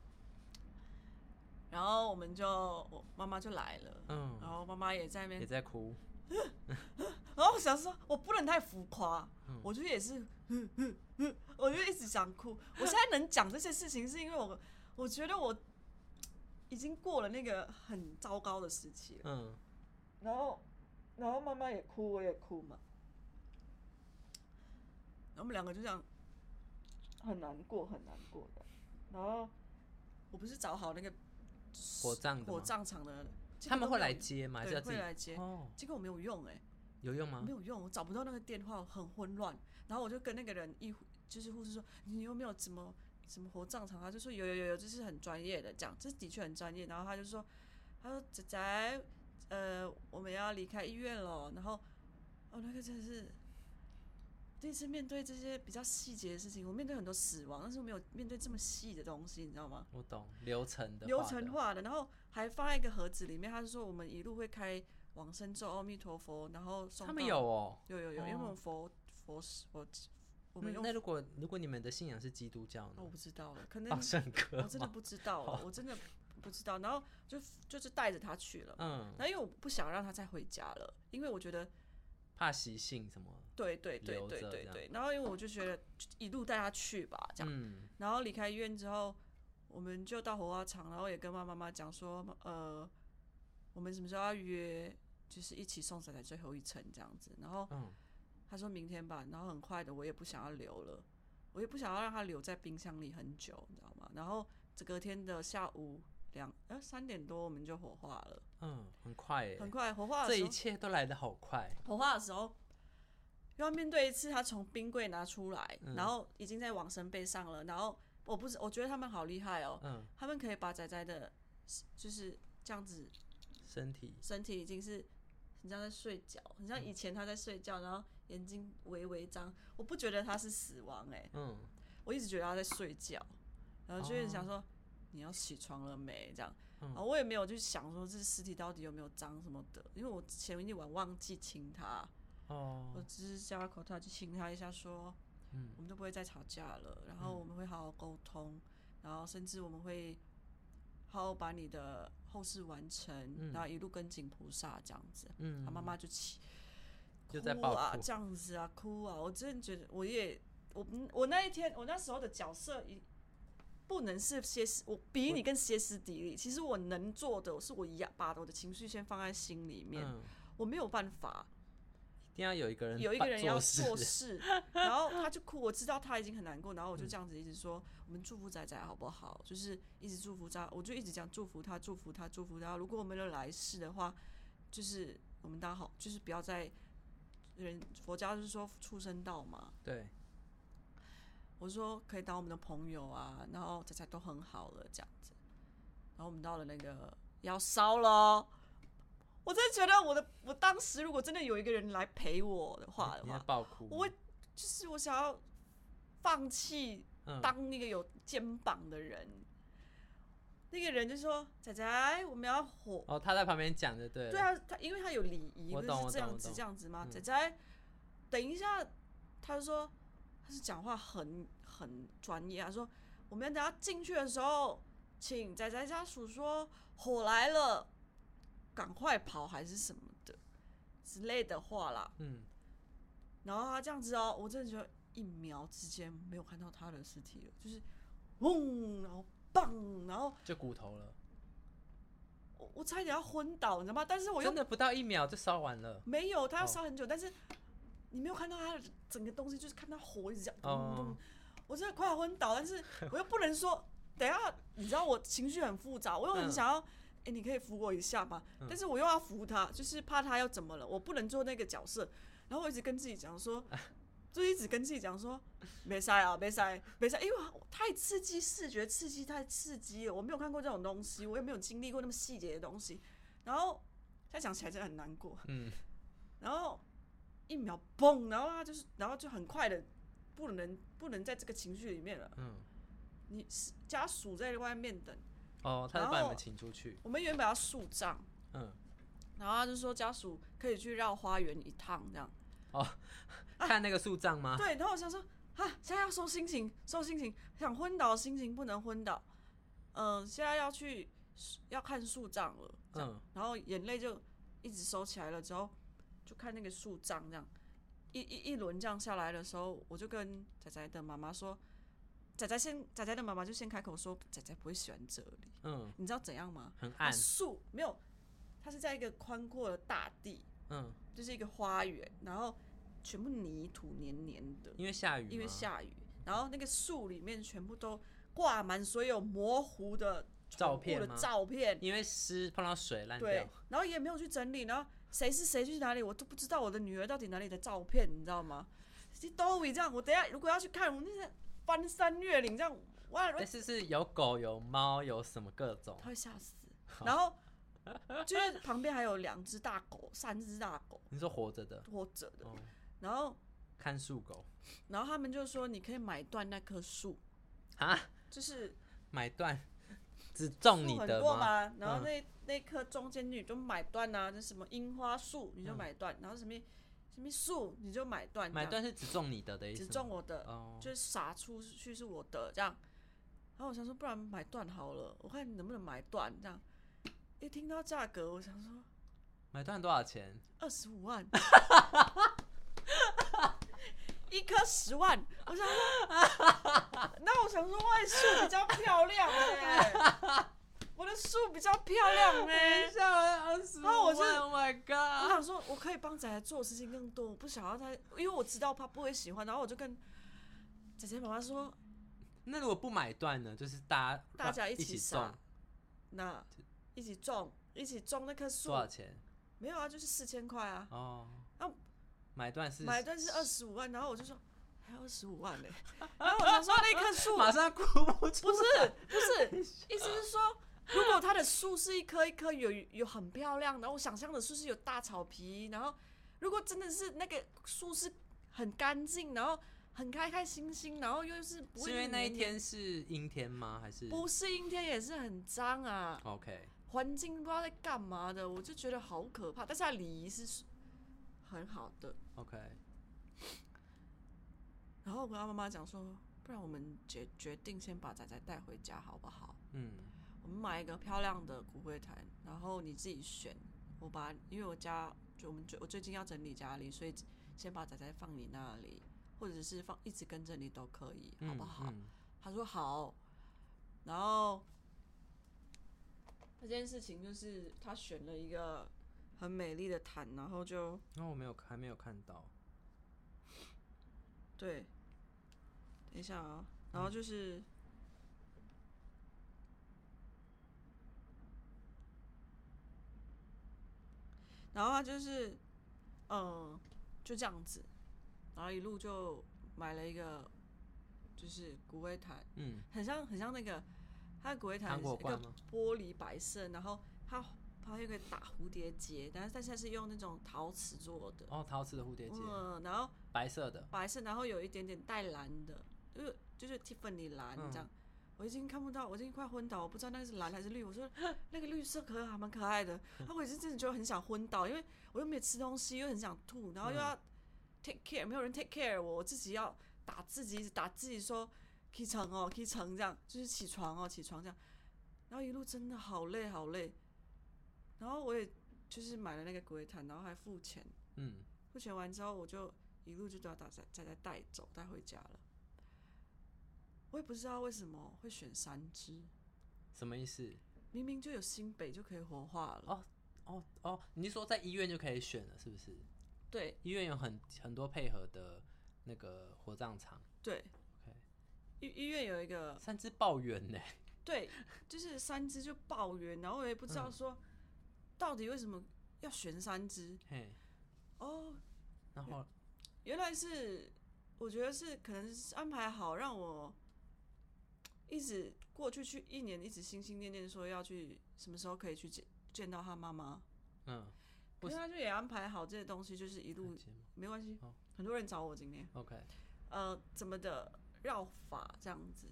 [SPEAKER 2] 然后我们就我妈妈就来了，然
[SPEAKER 1] 嗯，
[SPEAKER 2] 后妈妈也在那边
[SPEAKER 1] 也在哭，
[SPEAKER 2] 然后我想说，我不能太浮夸，
[SPEAKER 1] 嗯
[SPEAKER 2] 我就也是，我就一直想哭。我现在能讲这些事情，是因为我我觉得我已经过了那个很糟糕的时期了。
[SPEAKER 1] 嗯，
[SPEAKER 2] 然后，然后妈妈也哭，我也哭嘛。然后我们两个就这样，很难过，很难过的。然后，我不是找好那个
[SPEAKER 1] 火葬的
[SPEAKER 2] 火
[SPEAKER 1] 吗？
[SPEAKER 2] 葬场的，
[SPEAKER 1] 他们会来
[SPEAKER 2] 结
[SPEAKER 1] 接吗？
[SPEAKER 2] 果
[SPEAKER 1] 还
[SPEAKER 2] 都
[SPEAKER 1] 是
[SPEAKER 2] 没
[SPEAKER 1] 要
[SPEAKER 2] 有，
[SPEAKER 1] 自己
[SPEAKER 2] 对，会？来接。
[SPEAKER 1] 哦，
[SPEAKER 2] 结果我没有用哎、
[SPEAKER 1] 有用吗
[SPEAKER 2] 没？有用，我找不到那个电话，很混乱。然后我就跟那个人医护，就是护士说，你有没有怎么什么火葬场？他就说有有有有，这是很专业的，讲这的确很专业。然后他就说，哦他说仔仔，呃，我们要离开医院了。然后，哦，那个真的是第一次面对这些比较细节的事情，我面对很多死亡，但是我没有面对这么细的东西，你知道吗？
[SPEAKER 1] 我懂流程的
[SPEAKER 2] 流
[SPEAKER 1] 话的
[SPEAKER 2] 程化的，然后还放在一个盒子里面。他就说我们一路会开往生咒、阿弥陀佛，然后送
[SPEAKER 1] 他们
[SPEAKER 2] 到
[SPEAKER 1] 有哦。
[SPEAKER 2] 有有有，因为我
[SPEAKER 1] 哦
[SPEAKER 2] 们佛佛是佛，我们
[SPEAKER 1] 嗯
[SPEAKER 2] 用
[SPEAKER 1] 那如果如果你们的信仰是基督教
[SPEAKER 2] 哦
[SPEAKER 1] 呢
[SPEAKER 2] 我？不知道了，可能哦
[SPEAKER 1] 放圣
[SPEAKER 2] 我
[SPEAKER 1] 歌
[SPEAKER 2] 真的
[SPEAKER 1] 嗯啊吗？
[SPEAKER 2] 不知道了，我真的不知道。然后就就是带着他去了，
[SPEAKER 1] 嗯，
[SPEAKER 2] 那因为我不想让他再回家了，因为我觉得
[SPEAKER 1] 怕习性什么？
[SPEAKER 2] 对对对
[SPEAKER 1] 留
[SPEAKER 2] 对
[SPEAKER 1] 着
[SPEAKER 2] 对
[SPEAKER 1] 这样
[SPEAKER 2] 对。然后因为我就觉得就一路带他去吧，这样。
[SPEAKER 1] 嗯，
[SPEAKER 2] 然后离开医院之后，我们就到火化场，然后也跟妈妈妈讲说，呃，我们什么时候要约，就是一起送仔仔最后一程这样子。然后
[SPEAKER 1] 嗯，
[SPEAKER 2] 他说明天吧，然后很快的，我也不想要留了，我也不想要让他留在冰箱里很久，你知道吗？然后这隔天的下午两呃三点多我们就火化了，
[SPEAKER 1] 嗯，很快耶，
[SPEAKER 2] 很快火化
[SPEAKER 1] 这
[SPEAKER 2] 的时
[SPEAKER 1] 一
[SPEAKER 2] 候，
[SPEAKER 1] 切都来得好快。
[SPEAKER 2] 火化的时候又要面对一次他从冰柜拿出来，
[SPEAKER 1] 嗯
[SPEAKER 2] 然后已经在往生被上了，然后我不知我觉得他们好厉害哦，
[SPEAKER 1] 嗯，
[SPEAKER 2] 他们可以把仔仔的，就是这样子，
[SPEAKER 1] 身体
[SPEAKER 2] 身体已经是很像在睡觉，很像以前他在睡觉，然后眼睛微微张，我不觉得他是死亡哎、
[SPEAKER 1] 嗯，
[SPEAKER 2] 我一直觉得他在睡觉，然后就一直想说、你要起床了没这样，然后我也没有去想说这尸体到底有没有脏什么的，因为我前一晚忘记亲他，
[SPEAKER 1] 哦，
[SPEAKER 2] 我只是叫他口头去亲他一下说，
[SPEAKER 1] 嗯
[SPEAKER 2] 我们都不会再吵架了，然后我们会好好沟通，然后甚至我们会好好把你的后事完成，然后一路跟紧菩萨这样子。
[SPEAKER 1] 嗯
[SPEAKER 2] 他妈妈就起
[SPEAKER 1] 就在
[SPEAKER 2] 哭
[SPEAKER 1] 爆
[SPEAKER 2] 啊，
[SPEAKER 1] 哭
[SPEAKER 2] 这样子嗯啊，哭啊！我真的觉得我也我我那一天我那时候的角色一不能是歇斯，我比你更歇斯底里。其实我能做的是我压把我的情绪先放在心里面，
[SPEAKER 1] 嗯，
[SPEAKER 2] 我没有办法，
[SPEAKER 1] 一定要有一个人
[SPEAKER 2] 有一个
[SPEAKER 1] 办
[SPEAKER 2] 人要
[SPEAKER 1] 事 <laughs>
[SPEAKER 2] 做事，然后他就哭，我知道他已经很难过，然后我
[SPEAKER 1] 嗯
[SPEAKER 2] 就这样子一直说，我们祝福仔仔好不好？就是一直祝福他，我就一直讲祝福他，祝福他，祝福他。如果我们有来世的话，就是我们当好，就是不要再人佛家就是说畜生道嘛，
[SPEAKER 1] 对，
[SPEAKER 2] 我说可以当我们的朋友啊，然后仔仔都很好了这样子。然后我们到了那个要烧喽，我真的觉得我的我当时如果真的有一个人来陪我的话的
[SPEAKER 1] 你要
[SPEAKER 2] 话，
[SPEAKER 1] 爆哭，
[SPEAKER 2] 我就是我想要放弃
[SPEAKER 1] 嗯
[SPEAKER 2] 当那个有肩膀的人。那个人就说：“仔仔，我们要火。”
[SPEAKER 1] 哦，他在旁边讲的，对
[SPEAKER 2] 对
[SPEAKER 1] 了，
[SPEAKER 2] 啊，他因为他有礼仪，
[SPEAKER 1] 我
[SPEAKER 2] 不
[SPEAKER 1] 懂我
[SPEAKER 2] 是这
[SPEAKER 1] 懂
[SPEAKER 2] 样
[SPEAKER 1] 我
[SPEAKER 2] 子
[SPEAKER 1] 懂
[SPEAKER 2] 这样子吗？
[SPEAKER 1] 嗯
[SPEAKER 2] 仔仔，等一下，他就说他是讲话很很专业啊，他说我们等下进去的时候，请仔仔家属说火来了，赶快跑还是什么的之类的话啦。
[SPEAKER 1] 嗯，
[SPEAKER 2] 然后他这样子哦，我真的觉得一秒之间没有看到他的尸体了，就是嗡，然后棒，然后
[SPEAKER 1] 就骨头了，
[SPEAKER 2] 我我差一点要昏倒，你知道吗？但是我又
[SPEAKER 1] 真的不到一秒就烧完了，
[SPEAKER 2] 没有，他要
[SPEAKER 1] 哦
[SPEAKER 2] 烧很久，但是你没有看到他的整个东西，就是看到火一直这样，咚咚
[SPEAKER 1] 哦
[SPEAKER 2] 我真的快要昏倒，但是 <laughs> 我又不能说，等一下，你知道我情绪很复杂，我又很
[SPEAKER 1] 嗯
[SPEAKER 2] 想要，哎、你可以扶我一下吗？但是我又要扶他，就是怕他要怎么了，我不能做那个角色，然后我一直跟自己
[SPEAKER 1] <laughs>
[SPEAKER 2] 讲说。就一直跟自己讲说，没塞啊，没塞，没塞，因为我太刺激，视觉刺激太刺激了，我没有看过这种东西，我也没有经历过那么细节的东西。然后现在讲起来真的很难过，
[SPEAKER 1] 嗯，
[SPEAKER 2] 然后一秒嘣，然后他就是，然后就很快的，不能不能在这个情绪里面了。
[SPEAKER 1] 嗯，
[SPEAKER 2] 你是家属在外面等，
[SPEAKER 1] 哦，他就把
[SPEAKER 2] 然
[SPEAKER 1] 你
[SPEAKER 2] 后
[SPEAKER 1] 们请出去，
[SPEAKER 2] 我们原本要树葬，
[SPEAKER 1] 嗯，
[SPEAKER 2] 然后他就说家属可以去绕花园一趟这样。啊
[SPEAKER 1] 看那个树葬吗？
[SPEAKER 2] 对，然后我想说啊，现在要收心情，收心情，想昏倒的心情不能昏倒。嗯、现在要去要看树葬了，这样
[SPEAKER 1] 嗯，
[SPEAKER 2] 然后眼泪就一直收起来了，之后就看那个树葬这样，一一一轮这样下来的时候，我就跟仔仔的妈妈说，仔仔先仔仔的妈妈就先开口说，仔仔不会喜欢这里，
[SPEAKER 1] 嗯，
[SPEAKER 2] 你知道怎样吗？
[SPEAKER 1] 很
[SPEAKER 2] 它
[SPEAKER 1] 暗，
[SPEAKER 2] 树没有，它是在一个宽阔的大地，
[SPEAKER 1] 嗯，
[SPEAKER 2] 就是一个花园，然后全部泥土黏黏的，
[SPEAKER 1] 因为下雨吗，
[SPEAKER 2] 因为下雨，然后那个树里面全部都挂满所有模糊的
[SPEAKER 1] 照片
[SPEAKER 2] 宠物的
[SPEAKER 1] 吗
[SPEAKER 2] 照片。
[SPEAKER 1] 因为湿碰到水烂
[SPEAKER 2] 对
[SPEAKER 1] 掉，，
[SPEAKER 2] 然后也没有去整理，然后谁是谁去哪里，我都不知道我的女儿到底哪里的照片，你知道吗？都这样，我等一下如果要去看，我那是翻山越岭这样，哇，
[SPEAKER 1] 但是是有狗有猫有什么各种
[SPEAKER 2] 他，会吓
[SPEAKER 1] <laughs>
[SPEAKER 2] 死。然后就是旁边还有两只大狗，三只大狗
[SPEAKER 1] 你说活着的，
[SPEAKER 2] 活着的，
[SPEAKER 1] 哦，
[SPEAKER 2] 然后
[SPEAKER 1] 看树狗
[SPEAKER 2] 然后他们就说你可以买断那棵树，
[SPEAKER 1] 啊，
[SPEAKER 2] 就是
[SPEAKER 1] 买断，只种你
[SPEAKER 2] 树很
[SPEAKER 1] 的
[SPEAKER 2] 多
[SPEAKER 1] 吗？嗯
[SPEAKER 2] 嘛，然后那、那棵中间你就买断啊，那什么樱花树你就买断，然后什么什么树你就买断，
[SPEAKER 1] 嗯买断是只种你的的意思
[SPEAKER 2] 只
[SPEAKER 1] 吗，
[SPEAKER 2] 种我的，
[SPEAKER 1] 哦，
[SPEAKER 2] 就是撒出去是我的这样。然后我想说，不然买断好了，我看能不能买断这样。一听到价格，我想说
[SPEAKER 1] 买断多少钱？
[SPEAKER 2] 二十五万， <laughs> 一颗十万，我想说，那我想说，外树比较漂亮哎、我的树比较漂亮哎、
[SPEAKER 1] 下来二十
[SPEAKER 2] 然后我就
[SPEAKER 1] ，Oh my
[SPEAKER 2] 我
[SPEAKER 1] god！
[SPEAKER 2] 想说，我可以帮仔仔做的事情更多，我不想要他，因为我知道他不会喜欢。然后我就跟仔仔妈妈说，
[SPEAKER 1] 那如果不买断呢？就是大家
[SPEAKER 2] 大家
[SPEAKER 1] 一
[SPEAKER 2] 一起
[SPEAKER 1] 种
[SPEAKER 2] 撒，那一起种，一起种那棵树
[SPEAKER 1] 多，少钱？
[SPEAKER 2] 没有啊，就是四千块啊，
[SPEAKER 1] 哦，
[SPEAKER 2] 啊
[SPEAKER 1] 买断是
[SPEAKER 2] 买断是二十五万，然后我就说还有二十五万呢、然后我想说那棵
[SPEAKER 1] <laughs>
[SPEAKER 2] 树
[SPEAKER 1] 马上哭不出
[SPEAKER 2] 不是
[SPEAKER 1] 来，
[SPEAKER 2] 不是，意思是说，如果它的树是一棵一棵有有很漂亮，然后我想象的树是有大草皮，然后如果真的是那个树是很干净，然后很开开心心，然后又是不
[SPEAKER 1] 是
[SPEAKER 2] 会
[SPEAKER 1] 因为那一
[SPEAKER 2] 黏黏
[SPEAKER 1] 天是阴天吗？还是
[SPEAKER 2] 不是阴天也是很脏啊，
[SPEAKER 1] 嗯 OK？
[SPEAKER 2] 环境不知道在干嘛的，我就觉得好可怕。但是它礼仪是很好的。
[SPEAKER 1] OK，
[SPEAKER 2] 然后我跟他妈妈讲说，不然我们决决定先把仔仔带回家好不好？
[SPEAKER 1] 嗯，
[SPEAKER 2] 我们买一个漂亮的骨灰坛，然后你自己选。我把因为我家就我们最我最近要整理家里，所以先把仔仔放你那里，或者是放一直跟着你都可以，好不好？
[SPEAKER 1] 嗯嗯嗯
[SPEAKER 2] 他说好。然后那件事情就是他选了一个很美丽的毯，然后就
[SPEAKER 1] 那、哦我没有还没有看到，
[SPEAKER 2] 对，等一下啊、然后就是。然后他就是，嗯，就这样子，然后一路就买了一个，就是骨灰坛，
[SPEAKER 1] 嗯，
[SPEAKER 2] 很像很像那个，它的骨灰坛
[SPEAKER 1] 糖
[SPEAKER 2] 是
[SPEAKER 1] 果
[SPEAKER 2] 一
[SPEAKER 1] 罐
[SPEAKER 2] 个
[SPEAKER 1] 吗
[SPEAKER 2] 玻璃白色，然后它旁边有个打蝴蝶结，但是但是它是用那种陶瓷做的，
[SPEAKER 1] 哦，陶瓷的蝴蝶结，
[SPEAKER 2] 嗯，然后
[SPEAKER 1] 白色的，
[SPEAKER 2] 白色，然后有一点点带蓝的，就是就是 Tiffany 蓝
[SPEAKER 1] 嗯
[SPEAKER 2] 这样。我已经看不到，我已经快昏倒，我不知道那个是蓝还是绿。我说那个绿色可还蛮可爱
[SPEAKER 1] <laughs>
[SPEAKER 2] 的，然后我已经真的觉得很想昏倒，因为我又没吃东西，又很想吐，然后又要
[SPEAKER 1] 嗯
[SPEAKER 2] take care，没有人 take care 我，我自己要打自己，一直打自己说起床哦，起床这样，就是起床哦，起床这样。然后一路真的好累好累，然后我也就是买了那个鬼毯，然后还付钱，
[SPEAKER 1] 嗯，
[SPEAKER 2] 付钱完之后，我就一路就都要打在在在带走带回家了。我也不知道为什么会选三只，
[SPEAKER 1] 什么意思？
[SPEAKER 2] 明明就有新北就可以活化了。
[SPEAKER 1] 哦哦哦，你是说在医院就可以选了，是不是？
[SPEAKER 2] 对
[SPEAKER 1] 医院有很很多配合的那个火葬场，
[SPEAKER 2] 对
[SPEAKER 1] OK
[SPEAKER 2] 医医院有一个
[SPEAKER 1] 三只抱怨呢，
[SPEAKER 2] 对，就是三只就抱怨，然后我也不知道说到底为什么要选三只
[SPEAKER 1] 嘿，
[SPEAKER 2] 哦，
[SPEAKER 1] 然后
[SPEAKER 2] 原来是我觉得是可能是安排好让我一直过去去一年一直心心念念说要去什么时候可以去见见到他妈妈，
[SPEAKER 1] 嗯不
[SPEAKER 2] 可是他就也安排好这些东西，就是一路
[SPEAKER 1] 节目
[SPEAKER 2] 没关系
[SPEAKER 1] 好，
[SPEAKER 2] 很多人找我今天，
[SPEAKER 1] ，OK，
[SPEAKER 2] 呃，怎么的绕法这样子，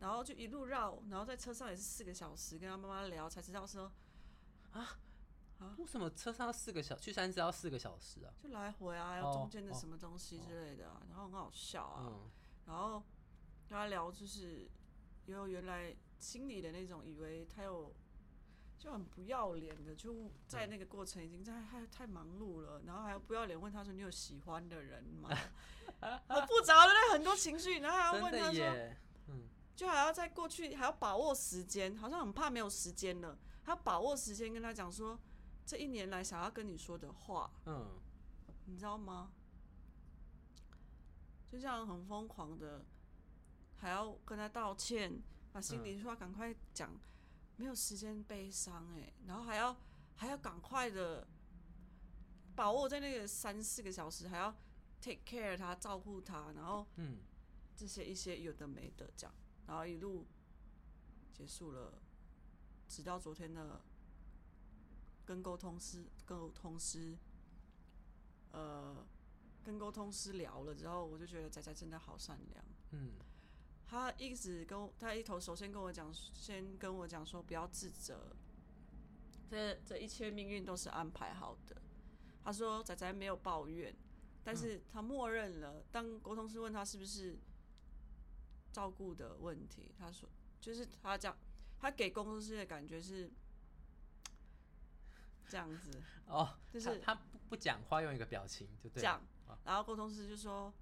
[SPEAKER 2] 然后就一路绕，然后在车上也是四个小时跟他妈妈聊，才知道说
[SPEAKER 1] 为什么车上要四个小去三只要四个小时啊？
[SPEAKER 2] 就来回啊，要
[SPEAKER 1] 哦
[SPEAKER 2] 中间的
[SPEAKER 1] 哦
[SPEAKER 2] 什么东西之类的、啊，然后很好笑啊，
[SPEAKER 1] 嗯，
[SPEAKER 2] 然后跟他聊，就是也有原来心里的那种，以为他有就很不要脸的，就在那个过程已经在太太忙碌了，然后还要不要脸问他说你有喜欢的人吗？很复杂的那很多情绪，然后还要
[SPEAKER 1] 真
[SPEAKER 2] 问他
[SPEAKER 1] 的
[SPEAKER 2] 说，
[SPEAKER 1] 耶，嗯，
[SPEAKER 2] 就还要再过去，还要把握时间，好像很怕没有时间了，还要把握时间跟他讲说这一年来想要跟你说的话，
[SPEAKER 1] 嗯，
[SPEAKER 2] 你知道吗？就这样很疯狂的，还要跟他道歉，把心里话赶快讲，没有时间悲伤哎、然后还要还要赶快的把握在那个三四个小时，还要 take care 他，照顾他，然后
[SPEAKER 1] 嗯
[SPEAKER 2] 这些一些有的没的这样，然后一路结束了，直到昨天的跟沟通师跟沟通师，呃，跟沟通师聊了之后，我就觉得仔仔真的好善良。
[SPEAKER 1] 嗯
[SPEAKER 2] 他一直跟我，他一头首先跟我讲，先跟我讲说不要自责，这这一切命运都是安排好的。他说仔仔没有抱怨，但是他默认了。当沟通师问他是不是照顾的问题，他说就是他讲，他给沟通师的感觉是这样子，
[SPEAKER 1] 哦，
[SPEAKER 2] 就
[SPEAKER 1] 他
[SPEAKER 2] 是
[SPEAKER 1] 他不不讲话，用一个表情就对了，
[SPEAKER 2] 讲，然后沟通师就说，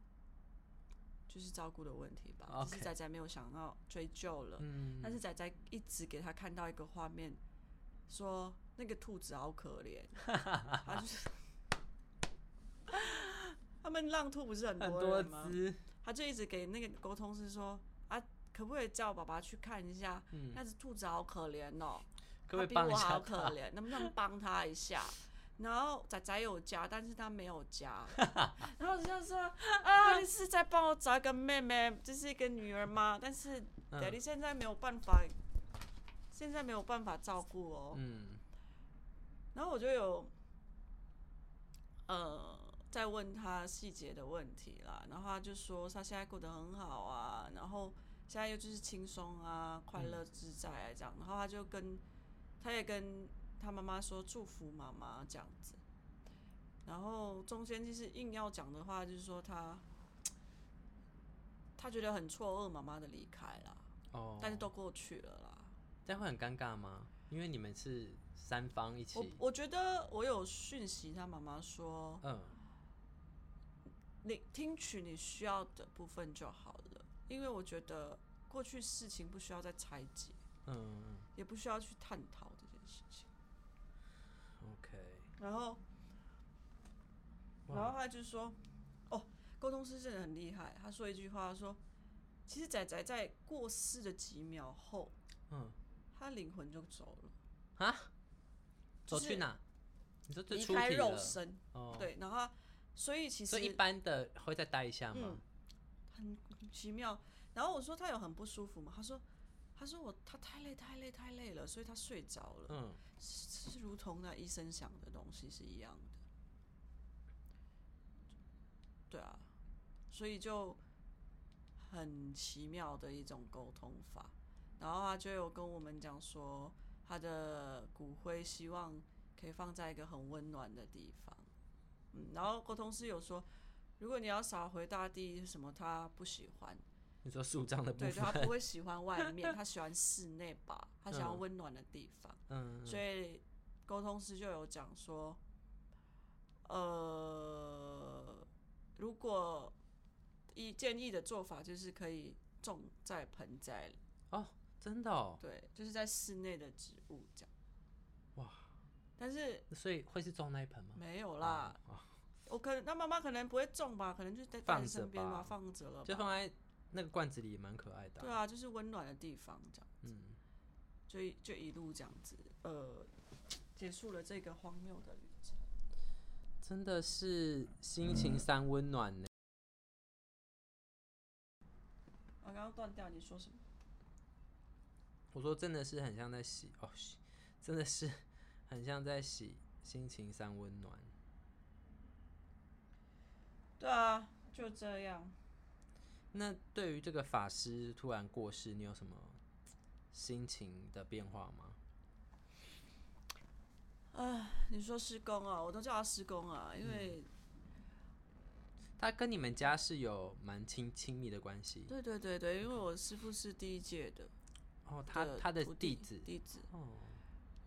[SPEAKER 2] 就是照顾的问题吧，只是
[SPEAKER 1] 哦 OK
[SPEAKER 2] 仔仔没有想要追究了。
[SPEAKER 1] 嗯，
[SPEAKER 2] 但是仔仔一直给他看到一个画面，说那个兔子好
[SPEAKER 1] <laughs>
[SPEAKER 2] 可怜，他就是。 <laughs> 他们浪兔不是很
[SPEAKER 1] 很
[SPEAKER 2] 多
[SPEAKER 1] 多
[SPEAKER 2] 人吗？
[SPEAKER 1] 只，
[SPEAKER 2] 他就一直给那个沟通师说啊，可不可以叫爸爸去看一下？
[SPEAKER 1] 嗯
[SPEAKER 2] 那只兔子好可怜哦，
[SPEAKER 1] 可不可
[SPEAKER 2] 它
[SPEAKER 1] 以
[SPEAKER 2] 比
[SPEAKER 1] 帮
[SPEAKER 2] 我
[SPEAKER 1] 一
[SPEAKER 2] 好
[SPEAKER 1] 下
[SPEAKER 2] 可
[SPEAKER 1] 他？
[SPEAKER 2] 怜，能不能帮他一下？然后仔仔有家，但是他没有
[SPEAKER 1] <laughs>
[SPEAKER 2] 家，然后我就说啊，你是在帮我找一个妹妹，就是一个女儿吗？但是
[SPEAKER 1] 嗯
[SPEAKER 2] daddy 现在没有办法，现在没有办法照顾哦。
[SPEAKER 1] 嗯
[SPEAKER 2] 然后我就有，呃，在问他细节的问题啦，然后他就说他现在过得很好啊，然后现在又就是轻松啊，快乐
[SPEAKER 1] 嗯
[SPEAKER 2] 自在啊这样，然后他就跟他也跟他妈妈说祝福妈妈这样子，然后中间就是硬要讲的话，就是说他他觉得很错愕妈妈的离开啦，
[SPEAKER 1] 哦，
[SPEAKER 2] 但是都过去了啦。
[SPEAKER 1] 这样会很尴尬吗？因为你们是三方一
[SPEAKER 2] 我
[SPEAKER 1] 起，
[SPEAKER 2] 我觉得我有讯息他妈妈说，
[SPEAKER 1] 嗯
[SPEAKER 2] 你听取你需要的部分就好了，因为我觉得过去事情不需要再拆解，
[SPEAKER 1] 嗯
[SPEAKER 2] 也不需要去探讨这件事情。
[SPEAKER 1] ，OK，
[SPEAKER 2] 然后，然后他就说：“哦，沟通师真的很厉害。”他说一句话他说：“其实仔仔在过世的几秒后，
[SPEAKER 1] 嗯，
[SPEAKER 2] 他灵魂就走了，
[SPEAKER 1] 走
[SPEAKER 2] 就
[SPEAKER 1] 去
[SPEAKER 2] 是
[SPEAKER 1] 哪？你说最
[SPEAKER 2] 离
[SPEAKER 1] 出
[SPEAKER 2] 开
[SPEAKER 1] 题
[SPEAKER 2] 肉
[SPEAKER 1] 了
[SPEAKER 2] 身。
[SPEAKER 1] 哦，
[SPEAKER 2] 对，然后他所以其
[SPEAKER 1] 所以一
[SPEAKER 2] 实嗯
[SPEAKER 1] 般的会再待一下吗？
[SPEAKER 2] 很奇妙。然后我说他有很不舒服吗？他说。”他说我他太累太累太累了，所以他睡着了。
[SPEAKER 1] 嗯，
[SPEAKER 2] 是如同那医生想的东西是一样的。对啊，所以就很奇妙的一种沟通法。然后他就有跟我们讲说，他的骨灰希望可以放在一个很温暖的地方。嗯，然后沟通师有说，如果你要撒回大地什么，他不喜欢，
[SPEAKER 1] 你说树葬的部
[SPEAKER 2] 对，
[SPEAKER 1] 分，
[SPEAKER 2] 他不会喜欢
[SPEAKER 1] <laughs>
[SPEAKER 2] 外面，他喜欢室内吧，他想要温暖的地方。
[SPEAKER 1] 嗯，
[SPEAKER 2] 所以沟通师就有讲说，呃，如果一建议的做法就是可以种在盆栽里，
[SPEAKER 1] 哦，真的哦，
[SPEAKER 2] 对，就是在室内的植物这样。
[SPEAKER 1] 哇！
[SPEAKER 2] 但是
[SPEAKER 1] 所以会是种那一盆吗？
[SPEAKER 2] 没有啦，
[SPEAKER 1] 哦，
[SPEAKER 2] 我可能那妈妈可能不会种吧，可能就在
[SPEAKER 1] 放
[SPEAKER 2] 在
[SPEAKER 1] 着
[SPEAKER 2] 身边
[SPEAKER 1] 吧
[SPEAKER 2] 吧，放着了
[SPEAKER 1] 就
[SPEAKER 2] 嗯吧。
[SPEAKER 1] 放在那个罐子里，也蛮可爱的啊、
[SPEAKER 2] 对啊，就是温暖的地方这样，
[SPEAKER 1] 嗯，
[SPEAKER 2] 就一就一路这样子，呃，结束了这个荒谬的旅程。
[SPEAKER 1] 真的是心情三温暖呢。
[SPEAKER 2] 我啊刚刚断掉，你说什么？
[SPEAKER 1] 我说真的是很像在洗哦，洗真的是很像在洗心情三温暖。
[SPEAKER 2] 对啊，就这样。
[SPEAKER 1] 那对于这个法师突然过世，你有什么心情的变化吗？
[SPEAKER 2] 你说施工啊，我都叫他施工啊，因
[SPEAKER 1] 嗯
[SPEAKER 2] 为、
[SPEAKER 1] 他跟你们家是有蛮亲亲密的关系
[SPEAKER 2] 对对对对，因为我师傅是第一届的，
[SPEAKER 1] 哦，他他的
[SPEAKER 2] 徒
[SPEAKER 1] 弟
[SPEAKER 2] 弟
[SPEAKER 1] 子
[SPEAKER 2] 弟子，
[SPEAKER 1] 哦，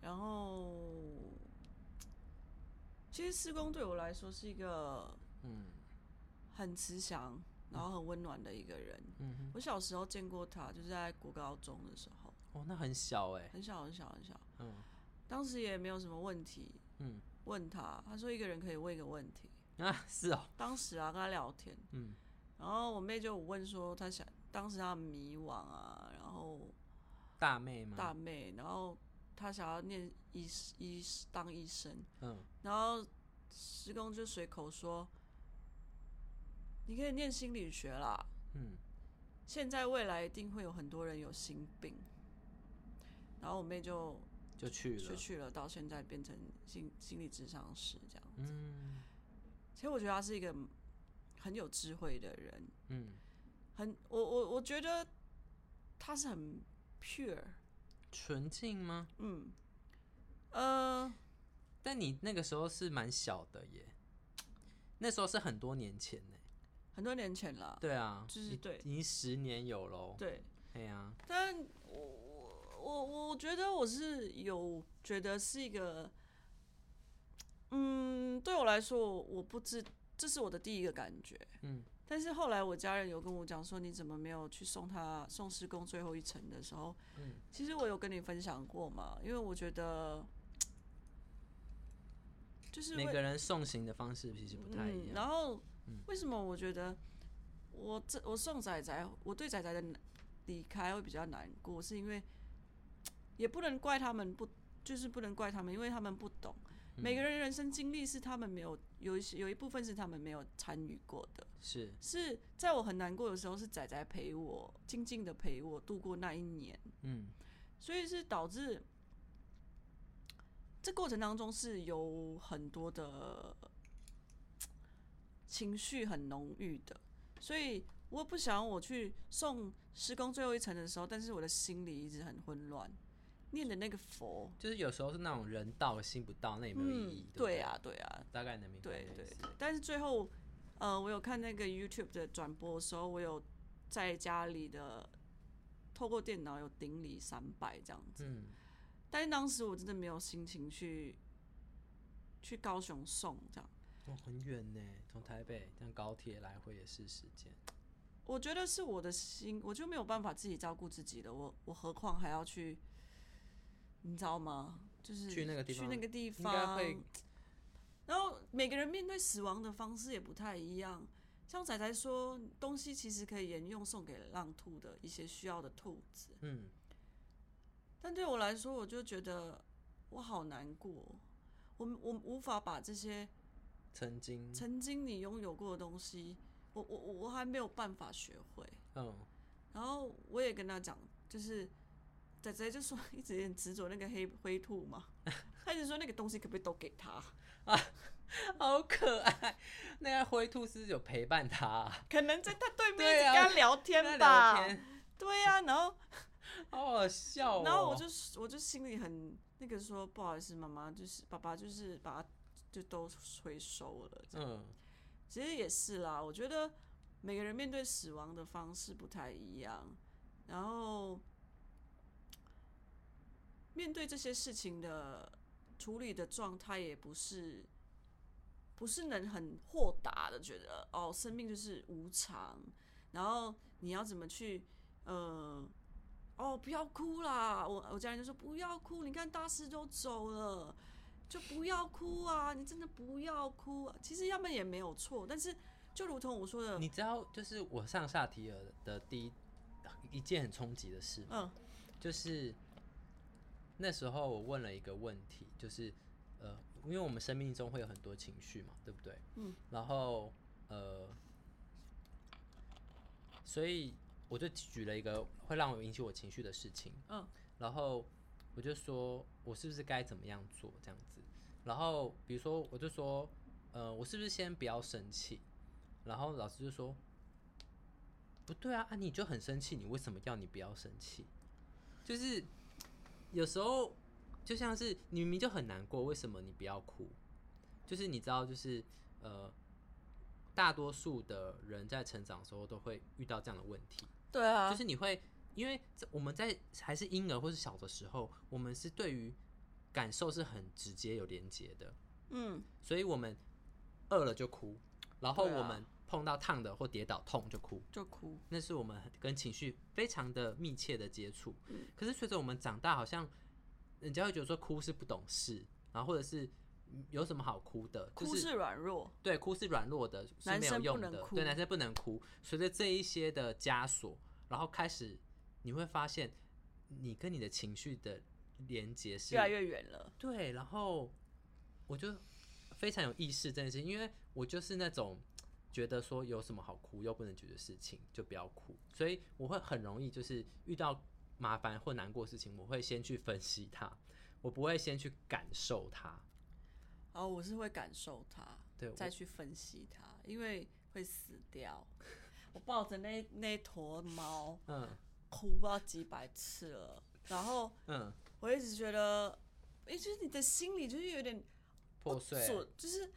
[SPEAKER 2] 然后其实施工对我来说是一个
[SPEAKER 1] 嗯
[SPEAKER 2] 很慈祥，然后很温暖的一个人。
[SPEAKER 1] 嗯哼
[SPEAKER 2] 我小时候见过他，就是在国高中的时候，
[SPEAKER 1] 哦，那很小哎、
[SPEAKER 2] 很小很小很小，
[SPEAKER 1] 嗯
[SPEAKER 2] 当时也没有什么问题，
[SPEAKER 1] 嗯
[SPEAKER 2] 问他，他说一个人可以问一个问题，
[SPEAKER 1] 啊是哦，
[SPEAKER 2] 当时啊跟他聊天，
[SPEAKER 1] 嗯
[SPEAKER 2] 然后我妹就有问说她想，当时她迷惘啊，然后
[SPEAKER 1] 大妹吗？
[SPEAKER 2] 大妹，然后她想要念医医当医生，
[SPEAKER 1] 嗯
[SPEAKER 2] 然后师公就随口说，你可以念心理学啦，
[SPEAKER 1] 嗯
[SPEAKER 2] 现在未来一定会有很多人有心病。然后我妹就
[SPEAKER 1] 就去
[SPEAKER 2] 就
[SPEAKER 1] 了，
[SPEAKER 2] 去了，到现在变成心心理智商师这样。
[SPEAKER 1] 嗯
[SPEAKER 2] 其实我觉得她是一个很有智慧的人，
[SPEAKER 1] 嗯，
[SPEAKER 2] 很我我我觉得她是很 pure，
[SPEAKER 1] 纯净吗？
[SPEAKER 2] 嗯，呃，
[SPEAKER 1] 但你那个时候是蛮小的耶，那时候是很多年前呢。
[SPEAKER 2] 很多年前了，
[SPEAKER 1] 对啊，
[SPEAKER 2] 就是
[SPEAKER 1] 已
[SPEAKER 2] 对
[SPEAKER 1] 已经十年有喽。
[SPEAKER 2] 对，
[SPEAKER 1] 哎呀，
[SPEAKER 2] 但我我我我觉得我是有觉得是一个，嗯，对我来说，我我不知这是我的第一个感觉，
[SPEAKER 1] 嗯，
[SPEAKER 2] 但是后来我家人有跟我讲说，你怎么没有去送他送施工最后一程的时候，
[SPEAKER 1] 嗯，
[SPEAKER 2] 其实我有跟你分享过嘛，因为我觉得。就是
[SPEAKER 1] 每
[SPEAKER 2] 会
[SPEAKER 1] 个人送行的方式其实不太一
[SPEAKER 2] 嗯、
[SPEAKER 1] 样。
[SPEAKER 2] 然后、为什么我觉得我这我送仔仔，我对仔仔的离开会比较难过，是因为嗯也不能怪他们不，就是不能怪他们，因为他们不懂。
[SPEAKER 1] 嗯
[SPEAKER 2] 每个人人生经历是他们没有，有一些有一部分是他们没有参与过的。
[SPEAKER 1] 是，
[SPEAKER 2] 是在我很难过的时候，是仔仔陪我，静静的陪我度过那一年，
[SPEAKER 1] 嗯
[SPEAKER 2] 所以是导致这过程当中是有很多的情绪很浓郁的，所以我也不想我去送施工最后一层的时候，但是我的心里一直很混乱，念的那个佛，
[SPEAKER 1] 就是有时候是那种人到心不到，那也没有意义。
[SPEAKER 2] 嗯
[SPEAKER 1] 不，
[SPEAKER 2] 对啊，对啊，
[SPEAKER 1] 大概能明白
[SPEAKER 2] 对
[SPEAKER 1] 那意
[SPEAKER 2] 对
[SPEAKER 1] 思。
[SPEAKER 2] 对，但是最后，呃，我有看那个 YouTube 的转播的时候，我有在家里的透过电脑有顶礼三拜这样子。
[SPEAKER 1] 嗯，
[SPEAKER 2] 但是当时我真的没有心情去去高雄送这样，
[SPEAKER 1] 哦，很远呢，从台北这样高铁来回也是时间。
[SPEAKER 2] 我觉得是我的心，我就没有办法自己照顾自己了。我我何况还要去，你知道吗？就是
[SPEAKER 1] 去那个地
[SPEAKER 2] 去那
[SPEAKER 1] 方
[SPEAKER 2] 个地
[SPEAKER 1] 应该
[SPEAKER 2] 方，
[SPEAKER 1] 会
[SPEAKER 2] 然后每个人面对死亡的方式也不太一样。像仔仔说，东西其实可以沿用送给浪兔的一些需要的兔子，
[SPEAKER 1] 嗯
[SPEAKER 2] 但对我来说，我就觉得我好难过，我我无法把这些
[SPEAKER 1] 曾经
[SPEAKER 2] 曾经你拥有过的东西，我我我我还没有办法学会。 <laughs>
[SPEAKER 1] 嗯
[SPEAKER 2] 然后我也跟他讲，就是仔仔就说一直很执着那个黑灰兔
[SPEAKER 1] <laughs>
[SPEAKER 2] 嘛，他一直说那个东西可不可以都给他？
[SPEAKER 1] 好可爱。 <laughs> 那个灰兔是不是有陪伴他啊、
[SPEAKER 2] 可能在他对面
[SPEAKER 1] 对
[SPEAKER 2] 一直跟
[SPEAKER 1] 啊
[SPEAKER 2] 他聊
[SPEAKER 1] 跟他
[SPEAKER 2] 天吧。
[SPEAKER 1] 聊天，
[SPEAKER 2] 对呀、然后
[SPEAKER 1] 好好笑哦。
[SPEAKER 2] 然后我就我就心里很那个说不好意思，妈妈就是爸爸就是把它就都回收了。这样
[SPEAKER 1] 嗯，
[SPEAKER 2] 其实也是啦，我觉得每个人面对死亡的方式不太一样，然后面对这些事情的处理的状态也不是不是能很豁达的觉得哦，生命就是无常，然后你要怎么去呃。哦，不要哭啦！我我家人就说不要哭，你看大师都走了，就不要哭啊！你真的不要哭、啊。其实他们也没有错，但是就如同我说的，
[SPEAKER 1] 你知道就是我上萨提尔的第一一件很冲击的事吗？
[SPEAKER 2] 嗯
[SPEAKER 1] 就是那时候我问了一个问题，就是呃，因为我们生命中会有很多情绪嘛，对不对？
[SPEAKER 2] 嗯。
[SPEAKER 1] 然后呃，所以我就举了一个会让我引起我情绪的事情，
[SPEAKER 2] 嗯
[SPEAKER 1] 然后我就说我是不是该怎么样做这样子？然后比如说我就说，呃，我是不是先不要生气？然后老师就说，不对啊，啊你就很生气，你为什么要你不要生气？就是有时候就像是你明明就很难过，为什么你不要哭？就是你知道，就是呃，大多数的人在成长的时候都会遇到这样的问题。
[SPEAKER 2] 对啊，
[SPEAKER 1] 就是你会，因为这我们在还是婴儿或是小的时候，我们是对于感受是很直接有连接的，
[SPEAKER 2] 嗯，
[SPEAKER 1] 所以我们饿了就哭，然后
[SPEAKER 2] 对啊
[SPEAKER 1] 我们碰到烫的或跌倒痛就哭，
[SPEAKER 2] 就哭，
[SPEAKER 1] 那是我们很跟情绪非常的密切的接触
[SPEAKER 2] 嗯。
[SPEAKER 1] 可是随着我们长大，好像人家会觉得说哭是不懂事，然后或者是嗯有什么好哭的，就
[SPEAKER 2] 哭是软弱，
[SPEAKER 1] 对，哭是软弱的，是
[SPEAKER 2] 男
[SPEAKER 1] 没有
[SPEAKER 2] 生不
[SPEAKER 1] 用
[SPEAKER 2] 能
[SPEAKER 1] 的。
[SPEAKER 2] 哭
[SPEAKER 1] 对，男生不能哭。随着这一些的枷锁，然后开始你会发现，你跟你的情绪的连接是
[SPEAKER 2] 越来越远了。
[SPEAKER 1] 对。然后我就非常有意识这件事情，因为我就是那种觉得说有什么好哭又不能解决事情，就不要哭。所以我会很容易就是遇到麻烦或难过的事情，我会先去分析它，我不会先去感受它。
[SPEAKER 2] 然后我是会感受它，
[SPEAKER 1] 对我
[SPEAKER 2] 再去分析它，因为会死掉。我抱着那那坨猫
[SPEAKER 1] 嗯
[SPEAKER 2] 哭不知道几百次了，然后
[SPEAKER 1] 嗯，
[SPEAKER 2] 我一直觉得，诶，就是你的心里就是有点
[SPEAKER 1] 破碎。
[SPEAKER 2] 所就是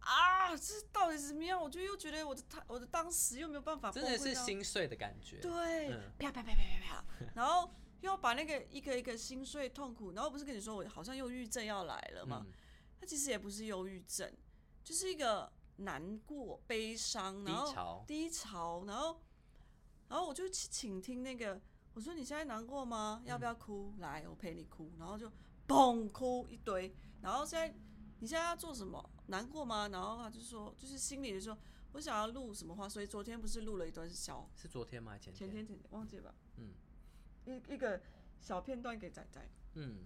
[SPEAKER 2] 啊，这到底是怎么样？我就又觉得我的他，我的当时又没有办法，
[SPEAKER 1] 真的是，心碎的感觉。
[SPEAKER 2] 对
[SPEAKER 1] 嗯，
[SPEAKER 2] 啪啪啪啪
[SPEAKER 1] <laughs>
[SPEAKER 2] 啪啪，然后又要把那个一个一个心碎痛苦，然后不是跟你说我好像忧郁症要来了嘛？
[SPEAKER 1] 嗯
[SPEAKER 2] 它其实也不是忧郁症，就是一个难过、悲伤，
[SPEAKER 1] 低
[SPEAKER 2] 然后
[SPEAKER 1] 潮
[SPEAKER 2] 低潮，然后然后我就去倾听那个，我说你现在难过吗？
[SPEAKER 1] 嗯
[SPEAKER 2] 要不要哭？来，我陪你哭。然后就嘣哭一堆。然后现在你现在要做什么？难过吗？然后他就说，就是心里就说我想要录什么话，所以昨天不是录了一段小
[SPEAKER 1] 是昨天吗？还是前
[SPEAKER 2] 前天前天忘记了吧，
[SPEAKER 1] 嗯
[SPEAKER 2] 一一个小片段给仔仔。
[SPEAKER 1] 嗯，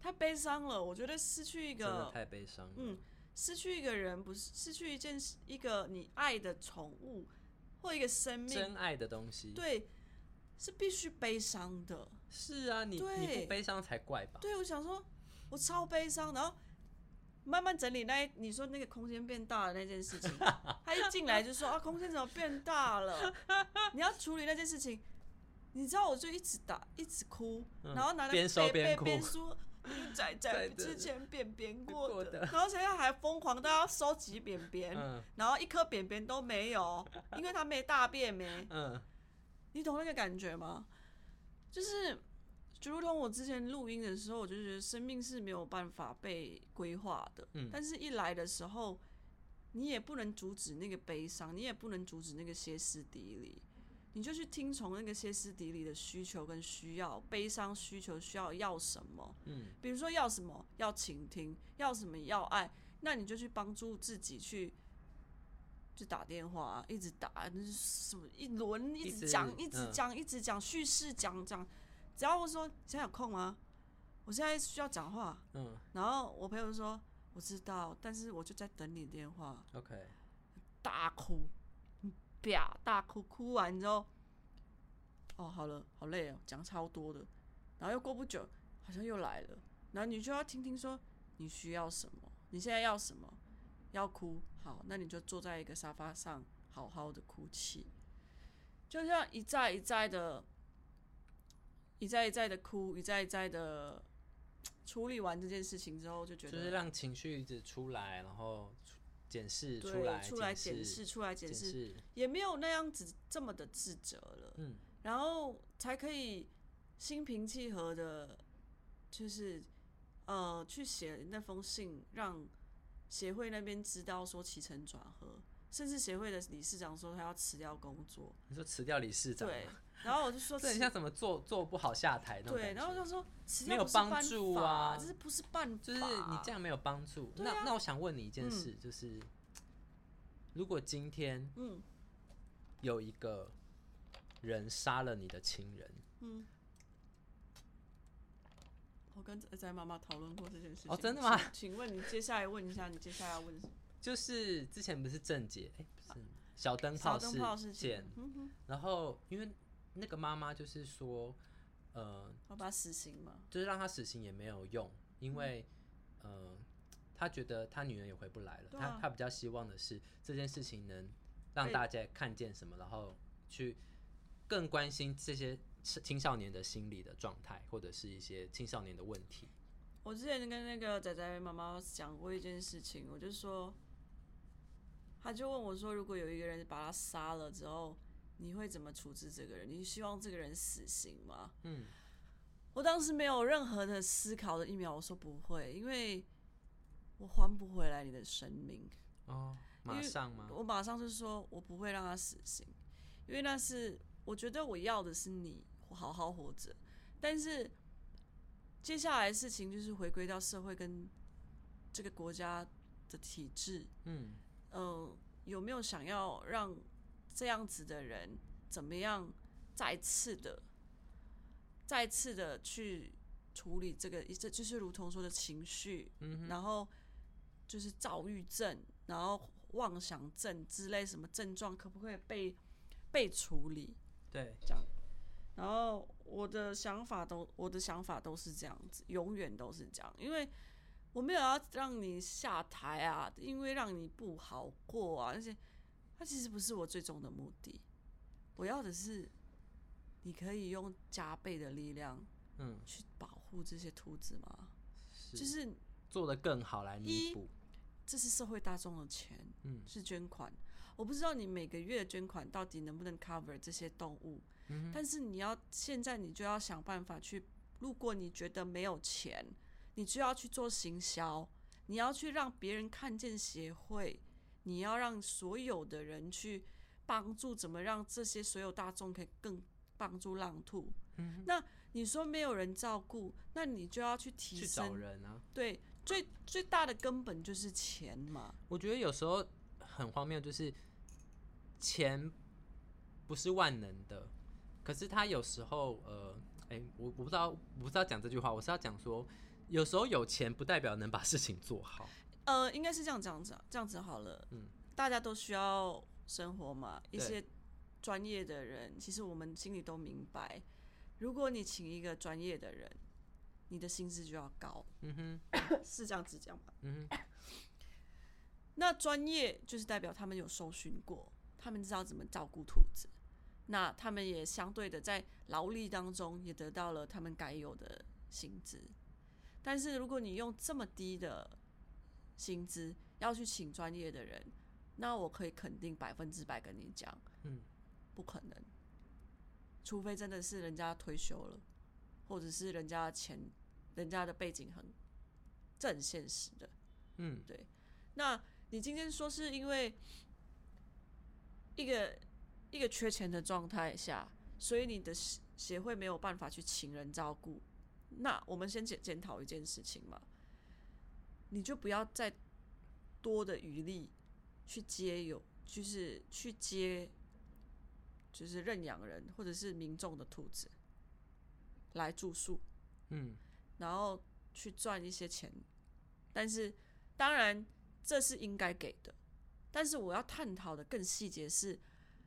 [SPEAKER 2] 太悲伤了，我觉得失去一
[SPEAKER 1] 真的
[SPEAKER 2] 个
[SPEAKER 1] 太悲伤了。
[SPEAKER 2] 嗯，失去一个人，不是失去一件事一个你爱的宠物或一个生命，
[SPEAKER 1] 真爱的东西。，
[SPEAKER 2] 对，是必须悲伤的。
[SPEAKER 1] 是啊，你
[SPEAKER 2] 对
[SPEAKER 1] 你不悲伤才怪吧？
[SPEAKER 2] 对，我想说，我超悲伤，然后慢慢整理那一你说那个空间变大的那件事情，他一进来就说啊，空间怎么变
[SPEAKER 1] <laughs>
[SPEAKER 2] 大了？你要处理那件事情，你知道我就一直打，一直哭，
[SPEAKER 1] 嗯
[SPEAKER 2] 然后拿那
[SPEAKER 1] 边
[SPEAKER 2] 个
[SPEAKER 1] 收
[SPEAKER 2] 背
[SPEAKER 1] 边
[SPEAKER 2] 背
[SPEAKER 1] 哭
[SPEAKER 2] 边说。仔仔
[SPEAKER 1] 仔仔
[SPEAKER 2] 之前扁扁过
[SPEAKER 1] 过的
[SPEAKER 2] 的，然后现在还疯狂到要收集扁扁，
[SPEAKER 1] 嗯
[SPEAKER 2] 然后一颗扁扁都没有，因为它没大便没。
[SPEAKER 1] 嗯，
[SPEAKER 2] 你懂那个感觉吗？就是，就如同我之前录音的时候，我就觉得生命是没有办法被规划的。
[SPEAKER 1] 嗯
[SPEAKER 2] 但是一来的时候，你也不能阻止那个悲伤，你也不能阻止那个歇斯底里，你就去听从那个歇斯底里的需求跟需要，悲伤需求需要要什么，
[SPEAKER 1] 嗯，
[SPEAKER 2] 比如说要什么要倾听，要什么要爱，那你就去帮助自己去。就打电话、啊一直打，那是什么一轮一
[SPEAKER 1] 一
[SPEAKER 2] 直
[SPEAKER 1] 直
[SPEAKER 2] 讲，一直
[SPEAKER 1] 嗯
[SPEAKER 2] 讲，一直讲叙事讲讲，只要我说现在有空吗？我现在需要讲话，
[SPEAKER 1] 嗯
[SPEAKER 2] 然后我朋友就说我知道，但是我就在等你电话，
[SPEAKER 1] ，OK，
[SPEAKER 2] 大哭，啪大哭，哭完之后，哦好了，好累哦，讲超多的，然后又过不久好像又来了，然后你就要听听说你需要什么，你现在要什么，要哭，好，那你就坐在一个沙发上好好的哭泣，就像一再一再的，一再一再的哭，一再一再的。处理完这件事情之后，就觉
[SPEAKER 1] 就
[SPEAKER 2] 得
[SPEAKER 1] 是让情绪一直出来，然后出检视
[SPEAKER 2] 对
[SPEAKER 1] 出来，
[SPEAKER 2] 出来检
[SPEAKER 1] 检
[SPEAKER 2] 视，，出来检
[SPEAKER 1] 检
[SPEAKER 2] 视，
[SPEAKER 1] 视，
[SPEAKER 2] 也没有那样子这么的自责了，
[SPEAKER 1] 嗯，
[SPEAKER 2] 然后才可以心平气和的，就是呃去写那封信，让协会那边知道说起承转合，甚至协会的理事长说他要辞掉工作，
[SPEAKER 1] 你说辞掉理事长吗，
[SPEAKER 2] 对，然后我就说
[SPEAKER 1] <laughs> 这很
[SPEAKER 2] 辞
[SPEAKER 1] 像怎么做做不好下台那种
[SPEAKER 2] 对，
[SPEAKER 1] 感觉
[SPEAKER 2] 然后我就说辞
[SPEAKER 1] 没
[SPEAKER 2] 掉
[SPEAKER 1] 有
[SPEAKER 2] 不是
[SPEAKER 1] 帮
[SPEAKER 2] 办
[SPEAKER 1] 助
[SPEAKER 2] 法
[SPEAKER 1] 啊
[SPEAKER 2] 这是不是办法？
[SPEAKER 1] 就是你这样没有帮助。
[SPEAKER 2] 对啊
[SPEAKER 1] 那那我想问你一件
[SPEAKER 2] 嗯
[SPEAKER 1] 事，就是如果今天
[SPEAKER 2] 嗯
[SPEAKER 1] 有一个人杀了你的亲人，
[SPEAKER 2] 嗯。我跟仔仔妈妈讨论过这件事情
[SPEAKER 1] 哦真的吗
[SPEAKER 2] 请请问你接下来问一下，你接下来要问什么？
[SPEAKER 1] 就是之前不是郑姐，哎、不是小灯
[SPEAKER 2] 啊小
[SPEAKER 1] 泡
[SPEAKER 2] 灯泡事
[SPEAKER 1] 件
[SPEAKER 2] 情，，嗯哼，
[SPEAKER 1] 然后因为那个妈妈就是说，呃，
[SPEAKER 2] 要把它实行嘛，
[SPEAKER 1] 就是让她死刑也没有用，因为，呃，她觉得她女儿也回不来了，
[SPEAKER 2] 嗯对
[SPEAKER 1] 她
[SPEAKER 2] 啊
[SPEAKER 1] 她比较希望的是这件事情能让
[SPEAKER 2] 被
[SPEAKER 1] 大家看见什么，然后去更关心这些青青少年的心理的状态，或者是一些青少年的问题。
[SPEAKER 2] 我之前跟那个仔仔妈妈讲过一件事情，我就说，他就问我说，如果有一个人把他杀了之后，你会怎么处置这个人？你希望这个人死刑吗？
[SPEAKER 1] 嗯，
[SPEAKER 2] 我当时没有任何的思考的一秒，我说不会，因为我还不回来你的生命。
[SPEAKER 1] 哦，
[SPEAKER 2] 因
[SPEAKER 1] 马
[SPEAKER 2] 为
[SPEAKER 1] 上吗？
[SPEAKER 2] 我马上就说，我不会让他死刑，因为那是我觉得我要的是你好好活着，但是接下来的事情就是回归到社会跟这个国家的体制，
[SPEAKER 1] 嗯
[SPEAKER 2] 嗯、有没有想要让这样子的人怎么样再次的、再次的去处理这个，这就是如同说的情绪，
[SPEAKER 1] 嗯哼
[SPEAKER 2] 然后就是躁郁症，然后妄想症之类什么症状，可不可以被被处理？
[SPEAKER 1] 对，
[SPEAKER 2] 然后我的想法都，我的想法都是这样子，永远都是这样，因为我没有要让你下台啊，因为让你不好过啊，而且它其实不是我最终的目的，我要的是你可以用加倍的力量
[SPEAKER 1] 嗯，
[SPEAKER 2] 去保护这些兔子吗？
[SPEAKER 1] 是
[SPEAKER 2] 就是
[SPEAKER 1] 做的更好来弥
[SPEAKER 2] 一
[SPEAKER 1] 补。
[SPEAKER 2] 这是社会大众的钱，
[SPEAKER 1] 嗯
[SPEAKER 2] 是捐款。我不知道你每个月的捐款到底能不能 cover 这些动物，
[SPEAKER 1] 嗯
[SPEAKER 2] 但是你要现在你就要想办法去。如果你觉得没有钱，你就要去做行销，你要去让别人看见协会，你要让所有的人去帮助，怎么让这些所有大众可以更帮助浪兔。
[SPEAKER 1] 嗯
[SPEAKER 2] 那你说没有人照顾，那你就要去提
[SPEAKER 1] 去找
[SPEAKER 2] 升
[SPEAKER 1] 人啊。
[SPEAKER 2] 对，最最大的根本就是钱嘛。
[SPEAKER 1] 我觉得有时候很荒谬，就是钱不是万能的，可是他有时候呃，哎、我我不知道，我不知道讲这句话，我是要讲说，有时候有钱不代表能把事情做
[SPEAKER 2] <laughs>
[SPEAKER 1] 好。
[SPEAKER 2] 呃，应该是这样这样子啊，这样子好了。
[SPEAKER 1] 嗯，
[SPEAKER 2] 大家都需要生活嘛，一
[SPEAKER 1] 对
[SPEAKER 2] 些专业的人，其实我们心里都明白，如果你请一个专业的人，你的薪资就要高，
[SPEAKER 1] 嗯哼，
[SPEAKER 2] 是这样子讲吧？
[SPEAKER 1] 嗯哼，
[SPEAKER 2] <coughs> 那专业就是代表他们有受训过，他们知道怎么照顾兔子，那他们也相对的在劳力当中也得到了他们该有的薪资。但是如果你用这么低的薪资要去请专业的人，那我可以肯定百分之百跟你讲，
[SPEAKER 1] 嗯，
[SPEAKER 2] 不可能，除非真的是人家退休了，或者是人家钱，人家的背景很，这很现实的。
[SPEAKER 1] 嗯，
[SPEAKER 2] 那你今天说是因为一个一个缺钱的状态下，所以你的协协会没有办法去请人照顾，那我们先检检讨一件事情嘛，你就不要再多的余力去接有，就是去接就是认养人或者是民众的兔子来住宿，
[SPEAKER 1] 嗯，
[SPEAKER 2] 然后去赚一些钱。但是当然这是应该给的，但是我要探讨的更细节是，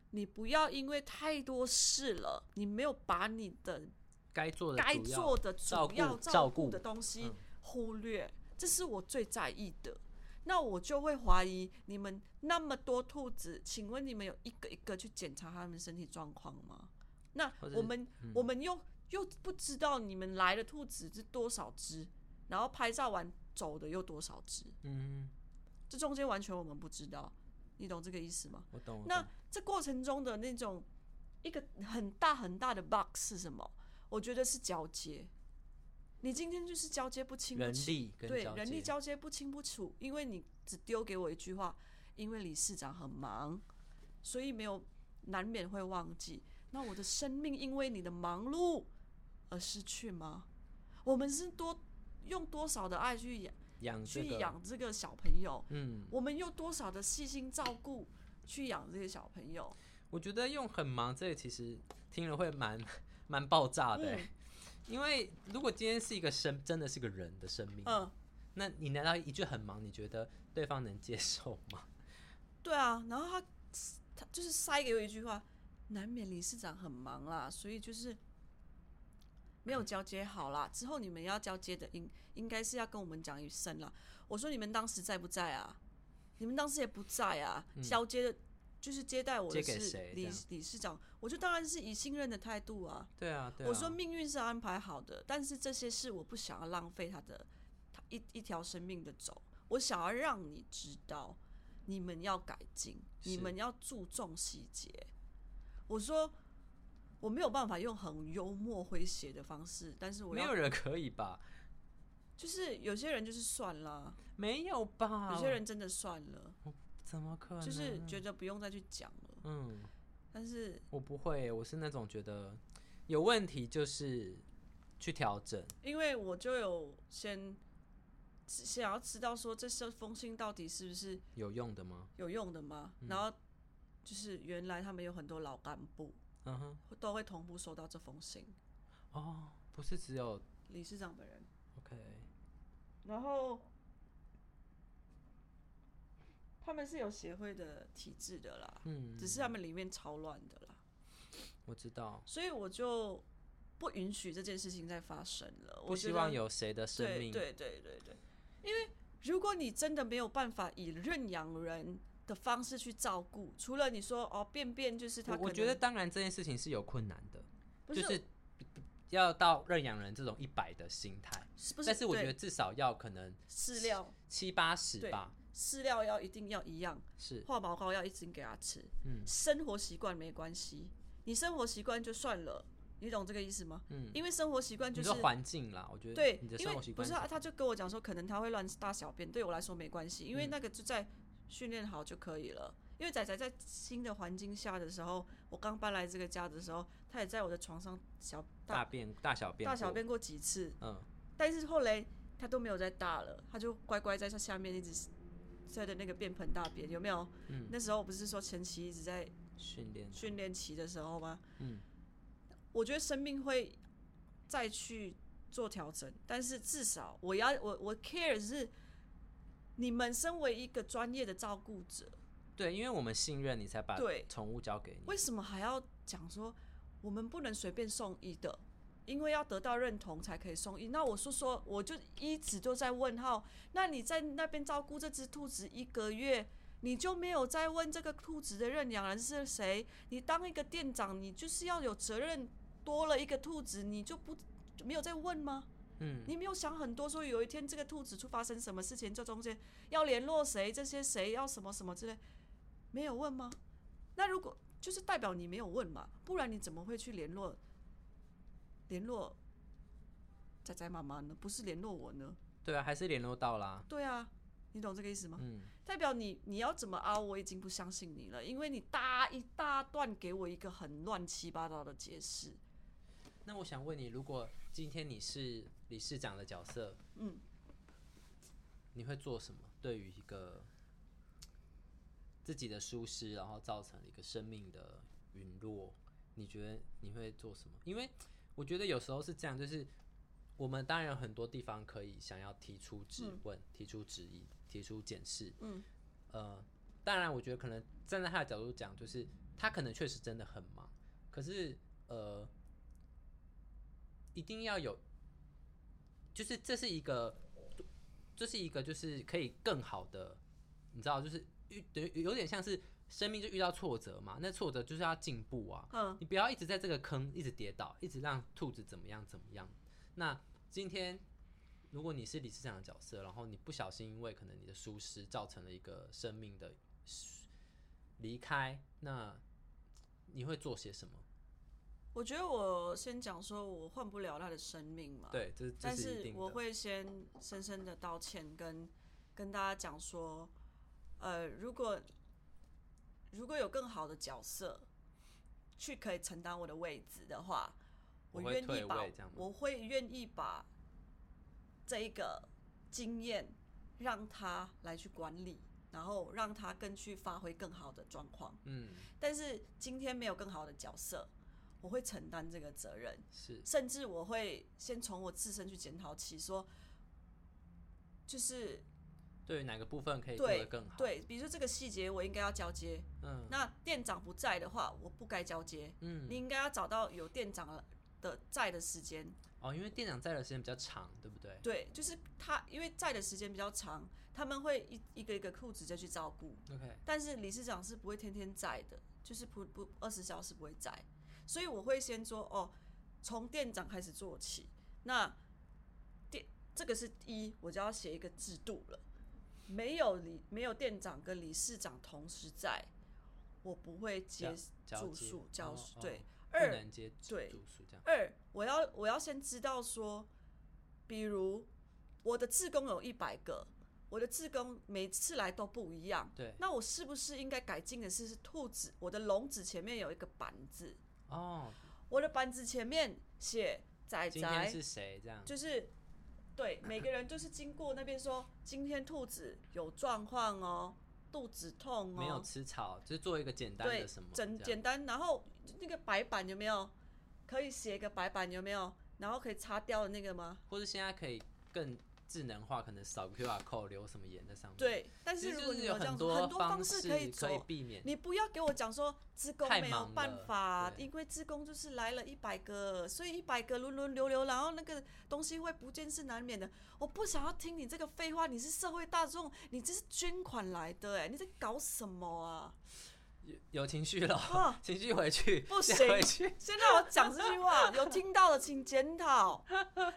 [SPEAKER 2] 你不要因为太多事了，你没有把你的
[SPEAKER 1] 该做的
[SPEAKER 2] 该
[SPEAKER 1] 主要
[SPEAKER 2] 做的主
[SPEAKER 1] 照顾
[SPEAKER 2] 要
[SPEAKER 1] 照
[SPEAKER 2] 顾
[SPEAKER 1] 顾
[SPEAKER 2] 的东西
[SPEAKER 1] 嗯
[SPEAKER 2] 忽略，这是我最在意的。那我就会怀疑你们那么多兔子，请问你们有一个一个去检查它们身体状况吗？那
[SPEAKER 1] 或者嗯
[SPEAKER 2] 我们、我们又又不知道你们来的兔子是多少只，然后拍照完走的又多少只，
[SPEAKER 1] 嗯，
[SPEAKER 2] 这中间完全我们不知道，你懂这个意思吗？
[SPEAKER 1] 我懂。我
[SPEAKER 2] 那
[SPEAKER 1] 懂
[SPEAKER 2] 这过程中的那种一个很大很大的 bug 是什么？我觉得是交接。你今天就是交接不清不
[SPEAKER 1] 人
[SPEAKER 2] 楚，
[SPEAKER 1] 力跟
[SPEAKER 2] 对
[SPEAKER 1] 交
[SPEAKER 2] 人力
[SPEAKER 1] 接
[SPEAKER 2] 交接不清不楚，因为你只丢给我一句话，因为理事长很忙，所以没有难免会忘记。那我的生命因为你的忙碌而失去吗？我们是多用多少的爱去养、
[SPEAKER 1] 养这
[SPEAKER 2] 去
[SPEAKER 1] 个，
[SPEAKER 2] 养这个小朋友，
[SPEAKER 1] 嗯，
[SPEAKER 2] 我们用多少的细心照顾去养这些小朋友？
[SPEAKER 1] 我觉得用很忙这个其实听了会蛮蛮爆炸的欸、
[SPEAKER 2] 嗯
[SPEAKER 1] 因为如果今天是一个生，真的是个人的生命，
[SPEAKER 2] 嗯，
[SPEAKER 1] 那你难道一句很忙，你觉得对方能接受
[SPEAKER 2] <laughs>
[SPEAKER 1] 吗？
[SPEAKER 2] 对啊，然后他他就是塞给我一句话，难免理事长很忙啦，所以就是没有交接好啦。之后你们要交接的应应该是要跟我们讲一声啦。我说你们当时在不在啊？你们当时也不在啊。交接的就是接待我的
[SPEAKER 1] 嗯接给
[SPEAKER 2] 是
[SPEAKER 1] 谁这
[SPEAKER 2] 理
[SPEAKER 1] 样
[SPEAKER 2] 理事长，我就当然是以信任的态度啊。
[SPEAKER 1] 对啊，对啊。
[SPEAKER 2] 我说命运是安排好的，但是这些事我不想要浪费他的他一一条生命的走，我想要让你知道，你们要改进，你
[SPEAKER 1] 是
[SPEAKER 2] 们要注重细节。我说我没有办法用很幽默诙谐的方式，但是我
[SPEAKER 1] 没
[SPEAKER 2] 要
[SPEAKER 1] 有人可以吧？
[SPEAKER 2] 就是有些人就是算啦，
[SPEAKER 1] 没有吧？
[SPEAKER 2] 有些人真的算了，
[SPEAKER 1] 怎么可能？
[SPEAKER 2] 就是觉得不用再去讲了。
[SPEAKER 1] 嗯，
[SPEAKER 2] 但是
[SPEAKER 1] 我不会欸，我是那种觉得有问题就是去调整。
[SPEAKER 2] 因为我就有先想要知道说这些封信到底是不是
[SPEAKER 1] 有用的吗？
[SPEAKER 2] 有用的吗？
[SPEAKER 1] 嗯
[SPEAKER 2] 然后就是原来他们有很多老干部
[SPEAKER 1] 嗯哼，
[SPEAKER 2] 都会同步收到这封信，
[SPEAKER 1] 哦，不是只有
[SPEAKER 2] 理事长本人。
[SPEAKER 1] OK，
[SPEAKER 2] 然后他们是有协会的体制的啦，
[SPEAKER 1] 嗯，
[SPEAKER 2] 只是他们里面超乱的啦，
[SPEAKER 1] 我知道，
[SPEAKER 2] 所以我就不允许这件事情再发生了。
[SPEAKER 1] 不
[SPEAKER 2] 我
[SPEAKER 1] 希
[SPEAKER 2] 觉
[SPEAKER 1] 望
[SPEAKER 2] 得
[SPEAKER 1] 有谁的生
[SPEAKER 2] 对
[SPEAKER 1] 命
[SPEAKER 2] 对对对对，因为如果你真的没有办法以认养人的方式去照顾，除了你说哦便便就是他
[SPEAKER 1] 我
[SPEAKER 2] 可能，
[SPEAKER 1] 我觉得当然这件事情是有困难的，
[SPEAKER 2] 不
[SPEAKER 1] 就是是要到认养人这种一百的心态，
[SPEAKER 2] 是不是？
[SPEAKER 1] 但是我
[SPEAKER 2] 对
[SPEAKER 1] 觉得至少要可能
[SPEAKER 2] 饲料
[SPEAKER 1] 七八十
[SPEAKER 2] 对
[SPEAKER 1] 吧，
[SPEAKER 2] 饲料要一定要一样，
[SPEAKER 1] 是
[SPEAKER 2] 化毛膏要一直给它吃。
[SPEAKER 1] 嗯，
[SPEAKER 2] 生活习惯没关系，你生活习惯就算了，你懂这个意思吗？
[SPEAKER 1] 嗯，
[SPEAKER 2] 因为生活习惯就
[SPEAKER 1] 你
[SPEAKER 2] 是
[SPEAKER 1] 说环境啦，我觉得
[SPEAKER 2] 对
[SPEAKER 1] 你的，
[SPEAKER 2] 因
[SPEAKER 1] 生
[SPEAKER 2] 为
[SPEAKER 1] 活习
[SPEAKER 2] 不
[SPEAKER 1] 惯
[SPEAKER 2] 是啊，他就跟我讲说，可能他会乱大小便，对我来说没关系，因为
[SPEAKER 1] 嗯
[SPEAKER 2] 那个就在训练好就可以了。因为仔仔在新的环境下的时候，我刚搬来这个家的时候，他也在我的床上小
[SPEAKER 1] 大便大小便
[SPEAKER 2] 大小
[SPEAKER 1] 过
[SPEAKER 2] 便过几次，
[SPEAKER 1] 嗯，
[SPEAKER 2] 但是后来他都没有再大了，他就乖乖在他下面一直在的那个便盆大便，有没有？
[SPEAKER 1] 嗯
[SPEAKER 2] 那时候我不是说前期一直在
[SPEAKER 1] 训练
[SPEAKER 2] 训练期的时候吗？
[SPEAKER 1] 嗯，
[SPEAKER 2] 我觉得生命会再去做调整，但是至少我要我我 care 的是你们身为一个专业的照顾者，
[SPEAKER 1] 对，因为我们信任你才把
[SPEAKER 2] 对
[SPEAKER 1] 宠物交给你，
[SPEAKER 2] 为什么还要讲说我们不能随便送医的？因为要得到认同才可以送医。那我说说，我就一直都在问号。那你在那边照顾这只兔子一个月，你就没有再问这个兔子的认养人是谁？你当一个店长，你就是要有责任。多了一个兔子，你就不就没有再问吗？
[SPEAKER 1] 嗯，
[SPEAKER 2] 你没有想很多，说有一天这个兔子出发生什么事情，这中间要联络谁，这些谁要什么什么之类，没有问吗？那如果就是代表你没有问嘛，不然你怎么会去联络联络仔仔妈妈呢？不是联络我呢？
[SPEAKER 1] 对啊，还是联络到啦，
[SPEAKER 2] 对啊，你懂这个意思吗？
[SPEAKER 1] 嗯，
[SPEAKER 2] 代表你你要怎么凹，我已经不相信你了，因为你搭一大段给我一个很乱七八糟的解释。
[SPEAKER 1] 那我想问你，如果今天你是理事长的角色，
[SPEAKER 2] 嗯，
[SPEAKER 1] 你会做什么？对于一个自己的疏失，然后造成一个生命的陨落，你觉得你会做什么？因为我觉得有时候是这样，就是我们当然有很多地方可以想要提出质问、提出质疑、提出检视，
[SPEAKER 2] 嗯，
[SPEAKER 1] 呃，当然我觉得可能站在他的角度讲，就是他可能确实真的很忙，可是呃，一定要有，就是这是一个这是一个就是可以更好的，你知道，就是遇等于有点像是生命就遇到挫折嘛，那挫折就是要进步啊，
[SPEAKER 2] 嗯，
[SPEAKER 1] 你不要一直在这个坑一直跌倒，一直让兔子怎么样怎么样。那今天如果你是理事长的角色，然后你不小心因为可能你的疏失造成了一个生命的离开，那你会做些什么？
[SPEAKER 2] 我觉得我先讲说我换不了他的生命嘛，
[SPEAKER 1] 对，这这
[SPEAKER 2] 嗯但
[SPEAKER 1] 是一
[SPEAKER 2] 是
[SPEAKER 1] 定
[SPEAKER 2] 我
[SPEAKER 1] 的。
[SPEAKER 2] 会先深深的道歉跟，跟大家讲说，呃，如果如果有更好的角色去可以承担我的位置的话，
[SPEAKER 1] 我会
[SPEAKER 2] 愿意
[SPEAKER 1] 退
[SPEAKER 2] 把
[SPEAKER 1] 位这样吗
[SPEAKER 2] 我会愿意把这一个经验让他来去管理，然后让他更去发挥更好的状况。
[SPEAKER 1] 嗯，
[SPEAKER 2] 但是今天没有更好的角色，我会承担这个责任。
[SPEAKER 1] 是
[SPEAKER 2] 甚至我会先从我自身去检讨起，说就是
[SPEAKER 1] 对于哪个部分可以做得
[SPEAKER 2] 对
[SPEAKER 1] 更好？
[SPEAKER 2] 对，比如说这个细节我应该要交接，
[SPEAKER 1] 嗯
[SPEAKER 2] 那店长不在的话，我不该交接，
[SPEAKER 1] 嗯，
[SPEAKER 2] 你应该要找到有店长了的在的时间，
[SPEAKER 1] 哦，因为店长在的时间比较长，对不对
[SPEAKER 2] 对，就是他因为在的时间比较长，他们会一一个一个裤子再去照顾，
[SPEAKER 1] ？OK，
[SPEAKER 2] 但是理事长是不会天天在的，就是不不二十小时不会在，所以我会先说哦，从店长开始做起。那店这个是一，我就要写一个制度了。没有理没有店长跟理事长同时在，我不会接
[SPEAKER 1] 交
[SPEAKER 2] 住
[SPEAKER 1] 接
[SPEAKER 2] 宿教
[SPEAKER 1] 哦
[SPEAKER 2] 室
[SPEAKER 1] 哦
[SPEAKER 2] 对
[SPEAKER 1] 不
[SPEAKER 2] 二
[SPEAKER 1] 能接住
[SPEAKER 2] 对
[SPEAKER 1] 宿这样。
[SPEAKER 2] 二，我要我要先知道说，比如我的志工有一百个，我的志工每次来都不一样，
[SPEAKER 1] 对
[SPEAKER 2] 那我是不是应该改进的是，是兔子，我的笼子前面有一个板子，
[SPEAKER 1] 哦，
[SPEAKER 2] 我的板子前面写仔
[SPEAKER 1] 今天
[SPEAKER 2] 仔，
[SPEAKER 1] 是谁这样？
[SPEAKER 2] 就是对每个人就是经过那边说， <laughs> 今天兔子有状况哦，肚子痛
[SPEAKER 1] 没有
[SPEAKER 2] 哦，
[SPEAKER 1] 吃草，就是做一个简单
[SPEAKER 2] 对
[SPEAKER 1] 的什么，这
[SPEAKER 2] 简
[SPEAKER 1] 样
[SPEAKER 2] 简单，然后那个白板有没有可以写一个白板有没有，然后可以擦掉的那个吗？
[SPEAKER 1] 或者现在可以更智能化，可能扫 QR code 留什么言在上面。，
[SPEAKER 2] 对，但
[SPEAKER 1] 其
[SPEAKER 2] 是
[SPEAKER 1] 实
[SPEAKER 2] 如
[SPEAKER 1] 就
[SPEAKER 2] 果
[SPEAKER 1] 是
[SPEAKER 2] 你
[SPEAKER 1] 有
[SPEAKER 2] 们这样子，
[SPEAKER 1] 多
[SPEAKER 2] 很多方
[SPEAKER 1] 式
[SPEAKER 2] 式可以走
[SPEAKER 1] 可，以避免。
[SPEAKER 2] 你不要给我讲说职工
[SPEAKER 1] 太
[SPEAKER 2] 没有
[SPEAKER 1] 忙
[SPEAKER 2] 办
[SPEAKER 1] 了
[SPEAKER 2] 法，
[SPEAKER 1] 对
[SPEAKER 2] 因为职工就是来了一百个，所以一百个轮轮流流，然后那个东西会不见是难免的。我不想要听你这个废话，你是社会大众，你这是捐款来的、哎，你在搞什
[SPEAKER 1] <laughs>
[SPEAKER 2] 么啊？
[SPEAKER 1] 有有情绪了，
[SPEAKER 2] <laughs> 啊
[SPEAKER 1] 情绪回去，
[SPEAKER 2] 不
[SPEAKER 1] 先
[SPEAKER 2] 行
[SPEAKER 1] 回去。 <laughs>
[SPEAKER 2] 先让我讲这句话，有听到的请检讨，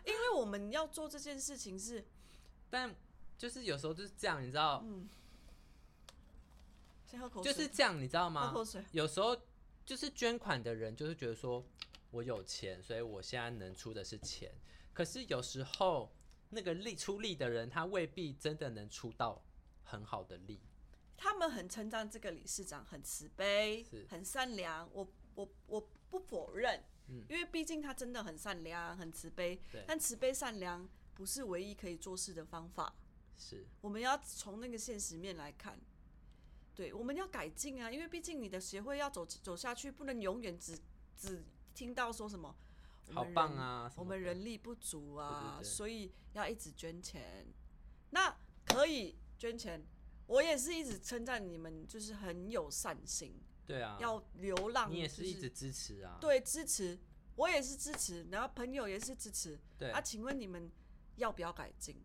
[SPEAKER 2] 因为我们要做这件事情是，
[SPEAKER 1] 但就是有时候就是这样，你知道，
[SPEAKER 2] 嗯，先喝口
[SPEAKER 1] 就
[SPEAKER 2] 水，
[SPEAKER 1] 是这样，你知道
[SPEAKER 2] 喝
[SPEAKER 1] 吗？
[SPEAKER 2] 口水，
[SPEAKER 1] 有时候就是捐款的人就是觉得说我有钱，所以我现在能出的是钱。可是有时候那个力出力的人，他未必真的能出到很好的力。
[SPEAKER 2] 他们很称赞这个理事长很慈悲
[SPEAKER 1] 是、
[SPEAKER 2] 很善良，我我我不否认，
[SPEAKER 1] 嗯
[SPEAKER 2] 因为毕竟他真的很善良、很慈悲
[SPEAKER 1] 对。
[SPEAKER 2] 但慈悲善良不是唯一可以做事的方法，
[SPEAKER 1] 是，
[SPEAKER 2] 我们要从那个现实面来看。对，我们要改进啊，因为毕竟你的协会要走走下去，不能永远只只听到说什么我
[SPEAKER 1] 好
[SPEAKER 2] 们
[SPEAKER 1] 棒
[SPEAKER 2] 人
[SPEAKER 1] 啊！什
[SPEAKER 2] 我
[SPEAKER 1] 么
[SPEAKER 2] 们
[SPEAKER 1] 的
[SPEAKER 2] 人力不足啊，
[SPEAKER 1] 对对对
[SPEAKER 2] 所以要一直捐钱。那可以捐钱，我也是一直称赞你们，就是很有善心，
[SPEAKER 1] 对啊，
[SPEAKER 2] 要流浪，
[SPEAKER 1] 你也
[SPEAKER 2] 就是
[SPEAKER 1] 一直支持啊，
[SPEAKER 2] 对支持，我也是支持，然后朋友也是支持。
[SPEAKER 1] 对
[SPEAKER 2] 啊，请问你们要不要改进？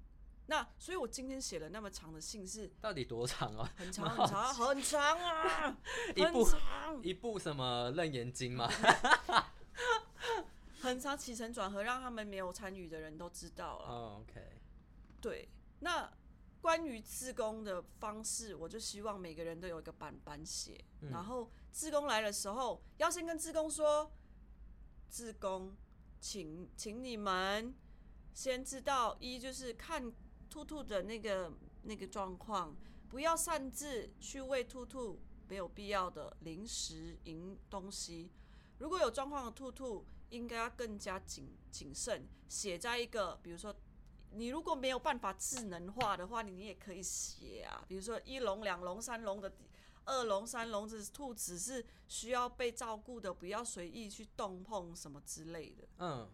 [SPEAKER 2] 那所以，我今天写了那么长的信是
[SPEAKER 1] 到底多长哦？<laughs>
[SPEAKER 2] 很长很长很长啊，
[SPEAKER 1] 一
[SPEAKER 2] 很
[SPEAKER 1] 部
[SPEAKER 2] 长
[SPEAKER 1] 一部什么楞严经
[SPEAKER 2] <laughs>
[SPEAKER 1] 吗？
[SPEAKER 2] 很长起承转合，让他们没有参与的人都知道了。
[SPEAKER 1] 哦，OK，
[SPEAKER 2] 对，那关于自工的方式，我就希望每个人都有一个板板写，然后自工来的时候，要先跟自工说，自工，请请你们先知道，一就是看。兔兔的那个那个状况，不要擅自去喂兔兔没有必要的零食、饮东西。如果有状况的兔兔，应该要更加谨谨慎，写在一个，比如说，你如果没有办法智能化的话，你也可以写啊，比如说一笼、两笼、三笼的二笼、三笼子兔子是需要被照顾的，不要随意去动碰什么之类的。
[SPEAKER 1] 嗯，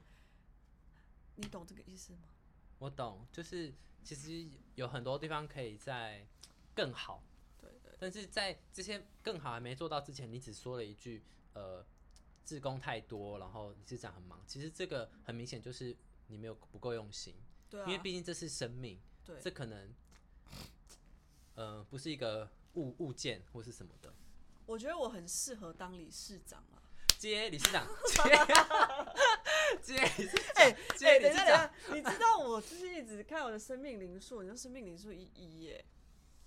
[SPEAKER 2] 你懂这个意思吗？
[SPEAKER 1] 我懂，就是其实有很多地方可以在更好。
[SPEAKER 2] 对对
[SPEAKER 1] 但是在这些更好还没做到之前，你只说了一句呃，志工太多，然后你是长很忙。其实这个很明显就是你没有不够用心，
[SPEAKER 2] 对
[SPEAKER 1] 因为
[SPEAKER 2] 啊，
[SPEAKER 1] 毕竟这是生命，
[SPEAKER 2] 对
[SPEAKER 1] 这可能呃不是一个物物件或是什么的。
[SPEAKER 2] 我觉得我很适合当理事长啊。
[SPEAKER 1] 接理事长，接
[SPEAKER 2] <laughs>
[SPEAKER 1] 接理事长，接
[SPEAKER 2] 哎、
[SPEAKER 1] 理事
[SPEAKER 2] 等一下，等一
[SPEAKER 1] 长，
[SPEAKER 2] 下，你知道我就是一直看我的生命灵数，你说生命灵数一一耶？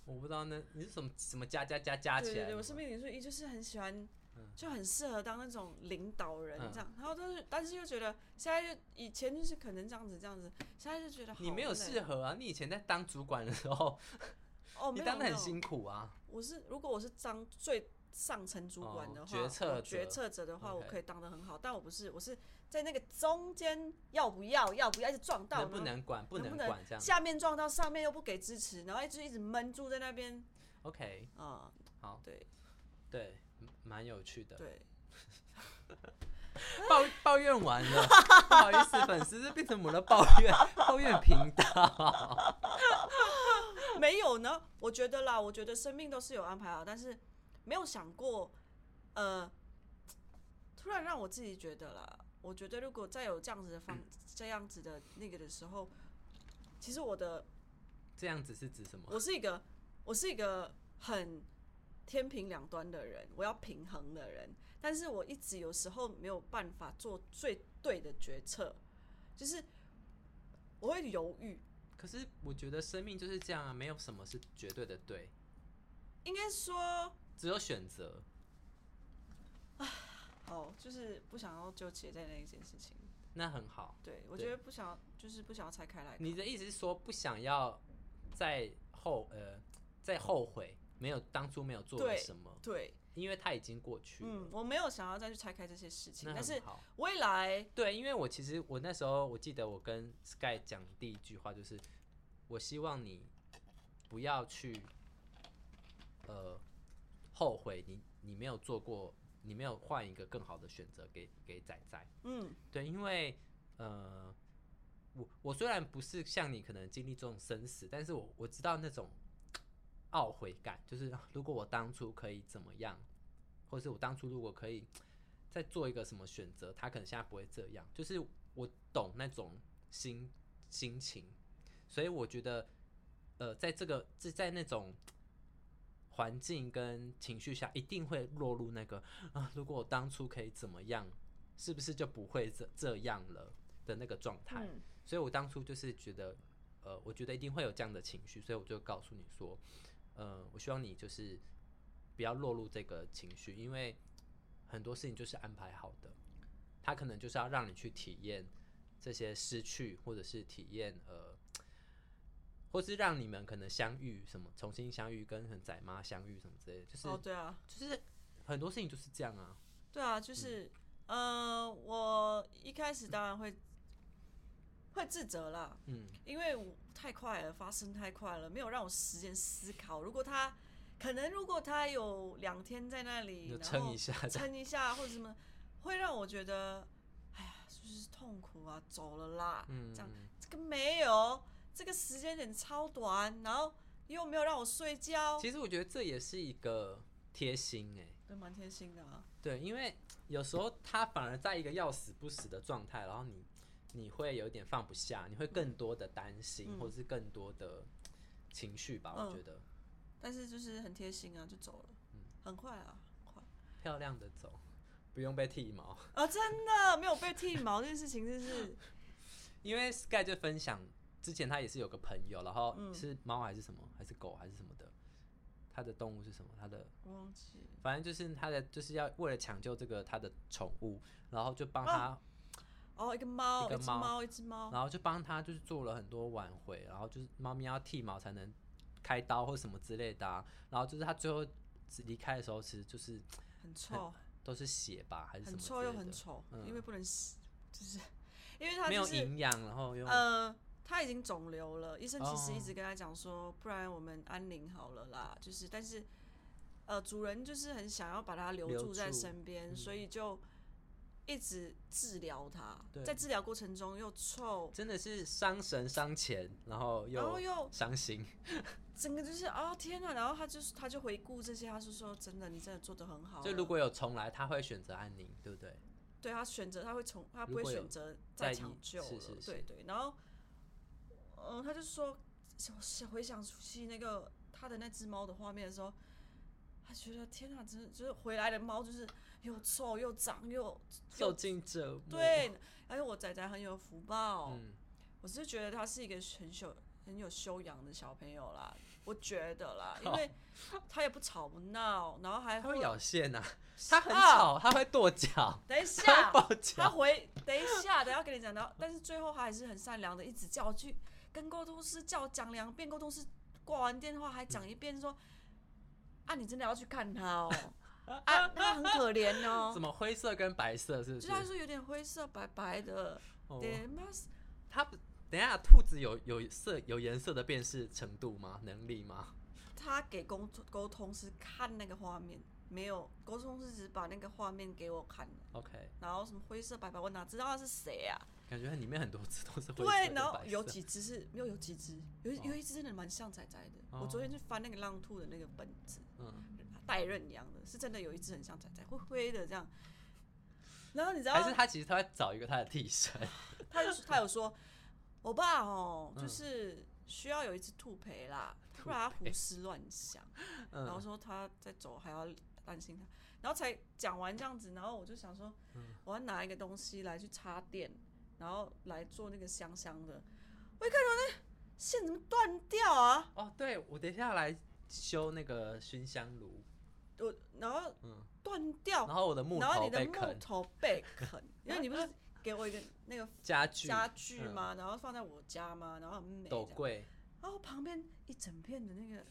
[SPEAKER 1] 我不知道那你是什么什么加加加加
[SPEAKER 2] 对
[SPEAKER 1] 起
[SPEAKER 2] 对
[SPEAKER 1] 来
[SPEAKER 2] 对，我
[SPEAKER 1] 的
[SPEAKER 2] 生
[SPEAKER 1] 吗，
[SPEAKER 2] 命灵数一就是很喜欢
[SPEAKER 1] 嗯，
[SPEAKER 2] 就很适合当那种领导人
[SPEAKER 1] 嗯
[SPEAKER 2] 这样。然后但是但是又觉得现在就以前就是可能这样子这样子，现在就觉得好
[SPEAKER 1] 你没有
[SPEAKER 2] 累
[SPEAKER 1] 适合啊！你以前在当主管的时候，
[SPEAKER 2] 哦，
[SPEAKER 1] 你
[SPEAKER 2] 没有
[SPEAKER 1] 当的
[SPEAKER 2] 没
[SPEAKER 1] 很
[SPEAKER 2] 有，
[SPEAKER 1] 辛苦啊。
[SPEAKER 2] 我是如果我是当最上层主管
[SPEAKER 1] 哦
[SPEAKER 2] 的话，
[SPEAKER 1] 决策
[SPEAKER 2] 我决
[SPEAKER 1] 者
[SPEAKER 2] 策者的话，我
[SPEAKER 1] OK
[SPEAKER 2] 可以当的很好，但我不是，我是在那个中间要不要要不要一直撞到，
[SPEAKER 1] 能不
[SPEAKER 2] 然后
[SPEAKER 1] 能管，不
[SPEAKER 2] 能不能
[SPEAKER 1] 管这样。
[SPEAKER 2] 下面撞到上面又不给支持，然后一直一直闷住在那边
[SPEAKER 1] OK，
[SPEAKER 2] 啊、
[SPEAKER 1] 好，
[SPEAKER 2] 对
[SPEAKER 1] 对，嗯蛮有趣的。
[SPEAKER 2] 对，
[SPEAKER 1] 抱抱怨完了，不好意思，粉丝是变成我们的抱怨抱怨频道。
[SPEAKER 2] <laughs> 没有呢，我觉得啦，我觉得生命都是有安排好，但是没有想过，呃，突然让我自己觉得啦，我觉得如果再有这样子的方、这样子的那个的时候，其实我的
[SPEAKER 1] 这样子是指什么？
[SPEAKER 2] 我是一个，我是一个很天平两端的人，我要平衡的人，但是我一直有时候没有办法做最对的决策，就是我会犹豫。
[SPEAKER 1] 可是我觉得生命就是这样啊，没有什么是绝对的对，
[SPEAKER 2] 应该说，
[SPEAKER 1] 只有选择。
[SPEAKER 2] 哦，就是不想要纠结在那一件事情。
[SPEAKER 1] 那很好。
[SPEAKER 2] 对，我
[SPEAKER 1] 对
[SPEAKER 2] 觉得不想要，就是不想要拆开来看。
[SPEAKER 1] 你的意思是说不想要再后呃再后悔，没有当初没有做了
[SPEAKER 2] 对
[SPEAKER 1] 什么，
[SPEAKER 2] 对，
[SPEAKER 1] 因为它已经过去了。
[SPEAKER 2] 嗯，我没有想要再去拆开这些事情，
[SPEAKER 1] 那
[SPEAKER 2] 但
[SPEAKER 1] 很
[SPEAKER 2] 是
[SPEAKER 1] 好。
[SPEAKER 2] 未来，
[SPEAKER 1] 对，因为我其实我那时候我记得我跟 Sky 讲第一句话就是，我希望你不要去呃后悔你你没有做过，你没有换一个更好的选择给给仔仔。
[SPEAKER 2] 嗯，
[SPEAKER 1] 对，因为呃我我虽然不是像你可能经历这种生死，但是我我知道那种懊悔感，就是啊如果我当初可以怎么样，或是我当初如果可以再做一个什么选择，他可能现在不会这样。就是我懂那种心心情，所以我觉得，呃，在这个是在那种环境跟情绪下，一定会落入那个啊，如果我当初可以怎么样，是不是就不会这这样了的那个状态。
[SPEAKER 2] 嗯，
[SPEAKER 1] 所以我当初就是觉得，呃，我觉得一定会有这样的情绪，所以我就告诉你说，呃，我希望你就是不要落入这个情绪，因为很多事情就是安排好的，他可能就是要让你去体验这些失去，或者是体验呃，或是让你们可能相遇什么，重新相遇，跟很仔妈相遇什么之类的，就是、
[SPEAKER 2] 哦，对啊，
[SPEAKER 1] 就是很多事情就是这样啊，
[SPEAKER 2] 对啊，就是，呃，我一开始当然会会自责啦，
[SPEAKER 1] 嗯，
[SPEAKER 2] 因为我太快了，发生太快了，没有让我时间思考。如果他可能，如果他有两天在那
[SPEAKER 1] 你
[SPEAKER 2] 里，
[SPEAKER 1] 就
[SPEAKER 2] 然
[SPEAKER 1] 撑
[SPEAKER 2] 后
[SPEAKER 1] 一下，
[SPEAKER 2] 撑一下或者什么，会让我觉得，哎呀，就是痛苦啊，走了啦。
[SPEAKER 1] 嗯，
[SPEAKER 2] 这样这个没有，这个时间点超短，然后又没有让我睡觉，
[SPEAKER 1] 其实我觉得这也是一个贴心哎、
[SPEAKER 2] 对，蛮贴心的啊。
[SPEAKER 1] 对，因为有时候他反而在一个要死不死的状态，然后你你会有点放不下，你会更多的担心，
[SPEAKER 2] 嗯
[SPEAKER 1] 或者是更多的情绪吧。我
[SPEAKER 2] 嗯
[SPEAKER 1] 觉得
[SPEAKER 2] 但是就是很贴心啊，就走了，
[SPEAKER 1] 嗯
[SPEAKER 2] 很快啊，很快。
[SPEAKER 1] 漂亮的走，不用被剃毛。
[SPEAKER 2] 啊，真的没有被剃毛这件事情，
[SPEAKER 1] <laughs>
[SPEAKER 2] 真是
[SPEAKER 1] 因为 Sky 就分享之前他也是有个朋友，然后
[SPEAKER 2] 嗯
[SPEAKER 1] 是猫还是什么，还是狗还是什么的，他的动物是什么？他的
[SPEAKER 2] 我忘记
[SPEAKER 1] 反正就是他的就是要为了抢救这个他的宠物，然后就帮他
[SPEAKER 2] 哦，一个猫，
[SPEAKER 1] 一个
[SPEAKER 2] 只
[SPEAKER 1] 猫
[SPEAKER 2] 猫，一只猫，
[SPEAKER 1] 然后就帮他就是做了很多挽回，然后就是猫咪要剃毛才能开刀或什么之类的啊、然后就是他最后离开的时候，其实就是
[SPEAKER 2] 很臭，
[SPEAKER 1] 都是血吧，还是什
[SPEAKER 2] 很
[SPEAKER 1] 么
[SPEAKER 2] 臭
[SPEAKER 1] 之
[SPEAKER 2] 又
[SPEAKER 1] 类
[SPEAKER 2] 很
[SPEAKER 1] 的
[SPEAKER 2] 丑，
[SPEAKER 1] 嗯
[SPEAKER 2] 因为不能洗，就是 <laughs> 因为它
[SPEAKER 1] 没
[SPEAKER 2] 就
[SPEAKER 1] 有
[SPEAKER 2] 是
[SPEAKER 1] 营养，然后又、
[SPEAKER 2] 呃，他已经肿瘤了，医生其实一
[SPEAKER 1] 哦
[SPEAKER 2] 直跟他讲说，不然我们安宁好了啦，就是但是呃，主人就是很想要把他留
[SPEAKER 1] 留
[SPEAKER 2] 住在
[SPEAKER 1] 住
[SPEAKER 2] 身边，所以就一直治疗他，
[SPEAKER 1] 对
[SPEAKER 2] 在治疗过程中又臭，
[SPEAKER 1] 真的是伤神伤钱，然后
[SPEAKER 2] 然后
[SPEAKER 1] 又
[SPEAKER 2] 又
[SPEAKER 1] 伤心，
[SPEAKER 2] 整个就是哦天哪，然后他就是他就回顾这些，他就说真的，你真的做的很好了，
[SPEAKER 1] 就如果有重来，他会选择安宁，对不对？
[SPEAKER 2] 对他选择，他会从他不
[SPEAKER 1] 如
[SPEAKER 2] 会
[SPEAKER 1] 果有
[SPEAKER 2] 选择
[SPEAKER 1] 在
[SPEAKER 2] 再
[SPEAKER 1] 意
[SPEAKER 2] 抢救了，
[SPEAKER 1] 是是是
[SPEAKER 2] 对对。然后，嗯、他就说，想回想起那个他的那只猫的画面的时候，他觉得天哪，真的就是回来的猫就是又臭又脏又
[SPEAKER 1] 受尽折磨，，
[SPEAKER 2] 对，而且我仔仔很有福报，
[SPEAKER 1] 嗯，
[SPEAKER 2] 我是觉得他是一个很修很有修养的小朋友啦，我觉得啦，因为他也不吵不闹，然后还
[SPEAKER 1] 哦他会咬线
[SPEAKER 2] <laughs>
[SPEAKER 1] 呐、啊，他
[SPEAKER 2] 他
[SPEAKER 1] 很吵，他会跺脚，
[SPEAKER 2] 等一
[SPEAKER 1] <laughs>
[SPEAKER 2] 下
[SPEAKER 1] 他，会抱
[SPEAKER 2] 他
[SPEAKER 1] 脚，
[SPEAKER 2] 回，等一下，等一下跟你讲到，但是最后他还是很善良的，一直叫我去跟沟通师叫讲两遍，沟通师挂完电话还讲一遍说，啊，你真的要去看他哦，啊，他很可怜
[SPEAKER 1] <laughs>
[SPEAKER 2] 哦
[SPEAKER 1] 怎，么灰色跟白色是不？
[SPEAKER 2] 就是是他说有点灰色白白的，
[SPEAKER 1] 哦
[SPEAKER 2] 对，妈死
[SPEAKER 1] 它不，等一下，兔子有有色有颜色的辨识程度吗？能力吗？
[SPEAKER 2] 他给沟沟通师看那个画面，没有沟通师只把那个画面给我看了。
[SPEAKER 1] OK，
[SPEAKER 2] 然后什么灰色白白，我哪知道他是谁啊？
[SPEAKER 1] 感觉里面很多只都是灰色
[SPEAKER 2] 对，
[SPEAKER 1] 跟
[SPEAKER 2] 然后
[SPEAKER 1] 白色
[SPEAKER 2] 有几只是没有有几只，有一
[SPEAKER 1] 哦
[SPEAKER 2] 有一只真的蛮像仔仔的。我昨天去翻那个浪兔的那个本子，
[SPEAKER 1] 嗯，
[SPEAKER 2] 带刃一样的，是真的有一只很像仔仔，灰灰的这样。然后你知道
[SPEAKER 1] 还，是它其实它在找一个它的替身，
[SPEAKER 2] 他就是他有说，我爸哦，
[SPEAKER 1] 嗯
[SPEAKER 2] 就是需要有一只兔陪啦，不然他胡思乱想，然后
[SPEAKER 1] 嗯，
[SPEAKER 2] 说他在走还要担心他，然后才讲完这样子，然后我就想说，
[SPEAKER 1] 嗯
[SPEAKER 2] 我要拿一个东西来去插电，然后来做那个香香的，我一看到那线怎么断掉啊？
[SPEAKER 1] 哦，对我等一下来修那个熏香炉，
[SPEAKER 2] 我然后
[SPEAKER 1] 嗯，
[SPEAKER 2] 断掉，
[SPEAKER 1] 然后我的木
[SPEAKER 2] 哦然后
[SPEAKER 1] 头
[SPEAKER 2] 你的
[SPEAKER 1] 被
[SPEAKER 2] 木
[SPEAKER 1] 啃，
[SPEAKER 2] 头被
[SPEAKER 1] <laughs>
[SPEAKER 2] 啃，因为你不是给我一个那个
[SPEAKER 1] 家具、
[SPEAKER 2] 家具
[SPEAKER 1] 嗯
[SPEAKER 2] 吗？然后放在我家吗？然后很美这
[SPEAKER 1] 斗
[SPEAKER 2] 样，
[SPEAKER 1] 柜，
[SPEAKER 2] 然后旁边一整片的那个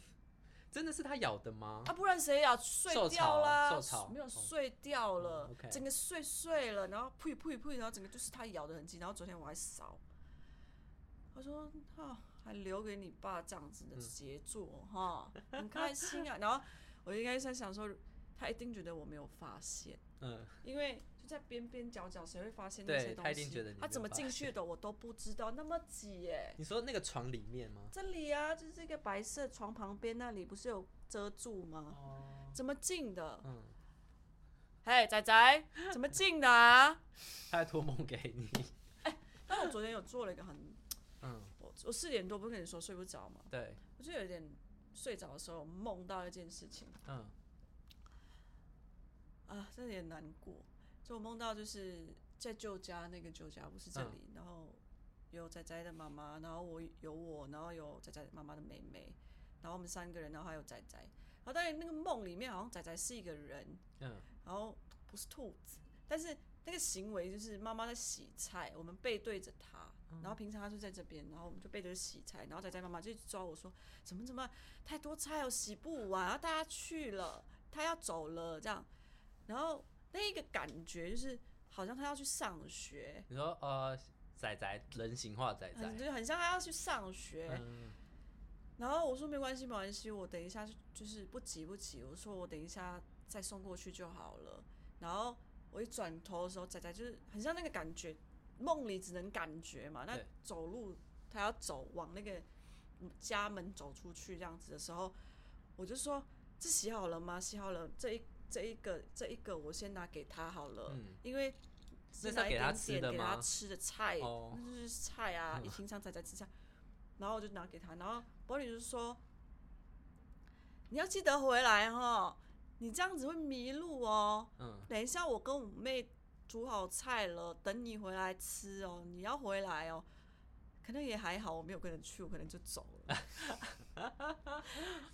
[SPEAKER 1] 真的是它咬的吗？
[SPEAKER 2] 啊，不然谁呀、碎
[SPEAKER 1] 受
[SPEAKER 2] 掉
[SPEAKER 1] 潮
[SPEAKER 2] 啦，
[SPEAKER 1] 受潮
[SPEAKER 2] 没有
[SPEAKER 1] 哦
[SPEAKER 2] 碎掉了，
[SPEAKER 1] 嗯，OK
[SPEAKER 2] 整个碎碎了，然后噗噗噗，然后整个就是它咬的痕迹。然后昨天我还扫，我说哈、还留给你爸这样子的杰作哈、
[SPEAKER 1] 嗯
[SPEAKER 2] 很开心
[SPEAKER 1] <laughs>
[SPEAKER 2] 啊。然后我应该在想说，他一定觉得我没有发现，
[SPEAKER 1] 嗯，
[SPEAKER 2] 因为就在边边角角，谁会发现那
[SPEAKER 1] 对
[SPEAKER 2] 些东西？
[SPEAKER 1] 他一定觉得你没有
[SPEAKER 2] 怎么
[SPEAKER 1] 发
[SPEAKER 2] 进去的我都不知道，那么挤耶、
[SPEAKER 1] 你说那个床里面吗？
[SPEAKER 2] 这里啊，就是这个白色床旁边那里不是有遮住吗？
[SPEAKER 1] 哦，
[SPEAKER 2] 怎么进的？
[SPEAKER 1] 嗯，
[SPEAKER 2] 嘿，仔仔， <laughs> 怎么进的啊？
[SPEAKER 1] 它还托梦给你，
[SPEAKER 2] 但我昨天有做了一个很，
[SPEAKER 1] 嗯，
[SPEAKER 2] 我我四点多不是跟你说睡不着吗？
[SPEAKER 1] 对，
[SPEAKER 2] 我就有点睡着的时候梦到一件事情
[SPEAKER 1] 嗯，
[SPEAKER 2] 啊，真的也难过。就我梦到就是在旧家那个旧家，不是这里，然后有仔仔的妈妈，然后我有我，然后有仔仔妈妈的妹妹，然后我们三个人，然后还有仔仔。然后当然那个梦里面好像仔仔是一个人，
[SPEAKER 1] 嗯，
[SPEAKER 2] 然后不是兔子，但是那个行为就是妈妈在洗菜，我们背对着她，然后平常她就在这边，然后我们就背对着洗菜，然后仔仔妈妈就一直抓我说怎么怎么太多菜哦，洗不完，要带她去了，她要走了这样，然后那个感觉就是好像她要去上学，
[SPEAKER 1] 你说呃，仔仔人形化仔
[SPEAKER 2] 很
[SPEAKER 1] 仔，
[SPEAKER 2] 就很像她要去上学，
[SPEAKER 1] 嗯，
[SPEAKER 2] 然后我说没关系，没关系，我等一下就就是不急不急，我说我等一下再送过去就好了。然后我一转头的时候，仔仔就是很像那个感觉，梦里只能感觉嘛。那
[SPEAKER 1] 对
[SPEAKER 2] 走路他要走往那个家门走出去这样子的时候，我就说这洗好了吗？洗好了，这一这一个这一个我先拿给他好了，
[SPEAKER 1] 嗯
[SPEAKER 2] 因为
[SPEAKER 1] 那
[SPEAKER 2] 只
[SPEAKER 1] 是
[SPEAKER 2] 拿
[SPEAKER 1] 要
[SPEAKER 2] 一
[SPEAKER 1] 给他
[SPEAKER 2] 点
[SPEAKER 1] 吃
[SPEAKER 2] 点
[SPEAKER 1] 的
[SPEAKER 2] 给他
[SPEAKER 1] 吗
[SPEAKER 2] 吃的菜，
[SPEAKER 1] 哦嗯
[SPEAKER 2] 那就是菜啊，以平常仔仔吃菜。然后我就拿给他，然后保里就说：“你要记得回来哦，你这样子会迷路哦。
[SPEAKER 1] 嗯，
[SPEAKER 2] 等一下我跟我妹煮好菜了，等你回来吃哦，你要回来哦。”可能也还好，我没有跟着去，我可能就走
[SPEAKER 1] <laughs>
[SPEAKER 2] 了，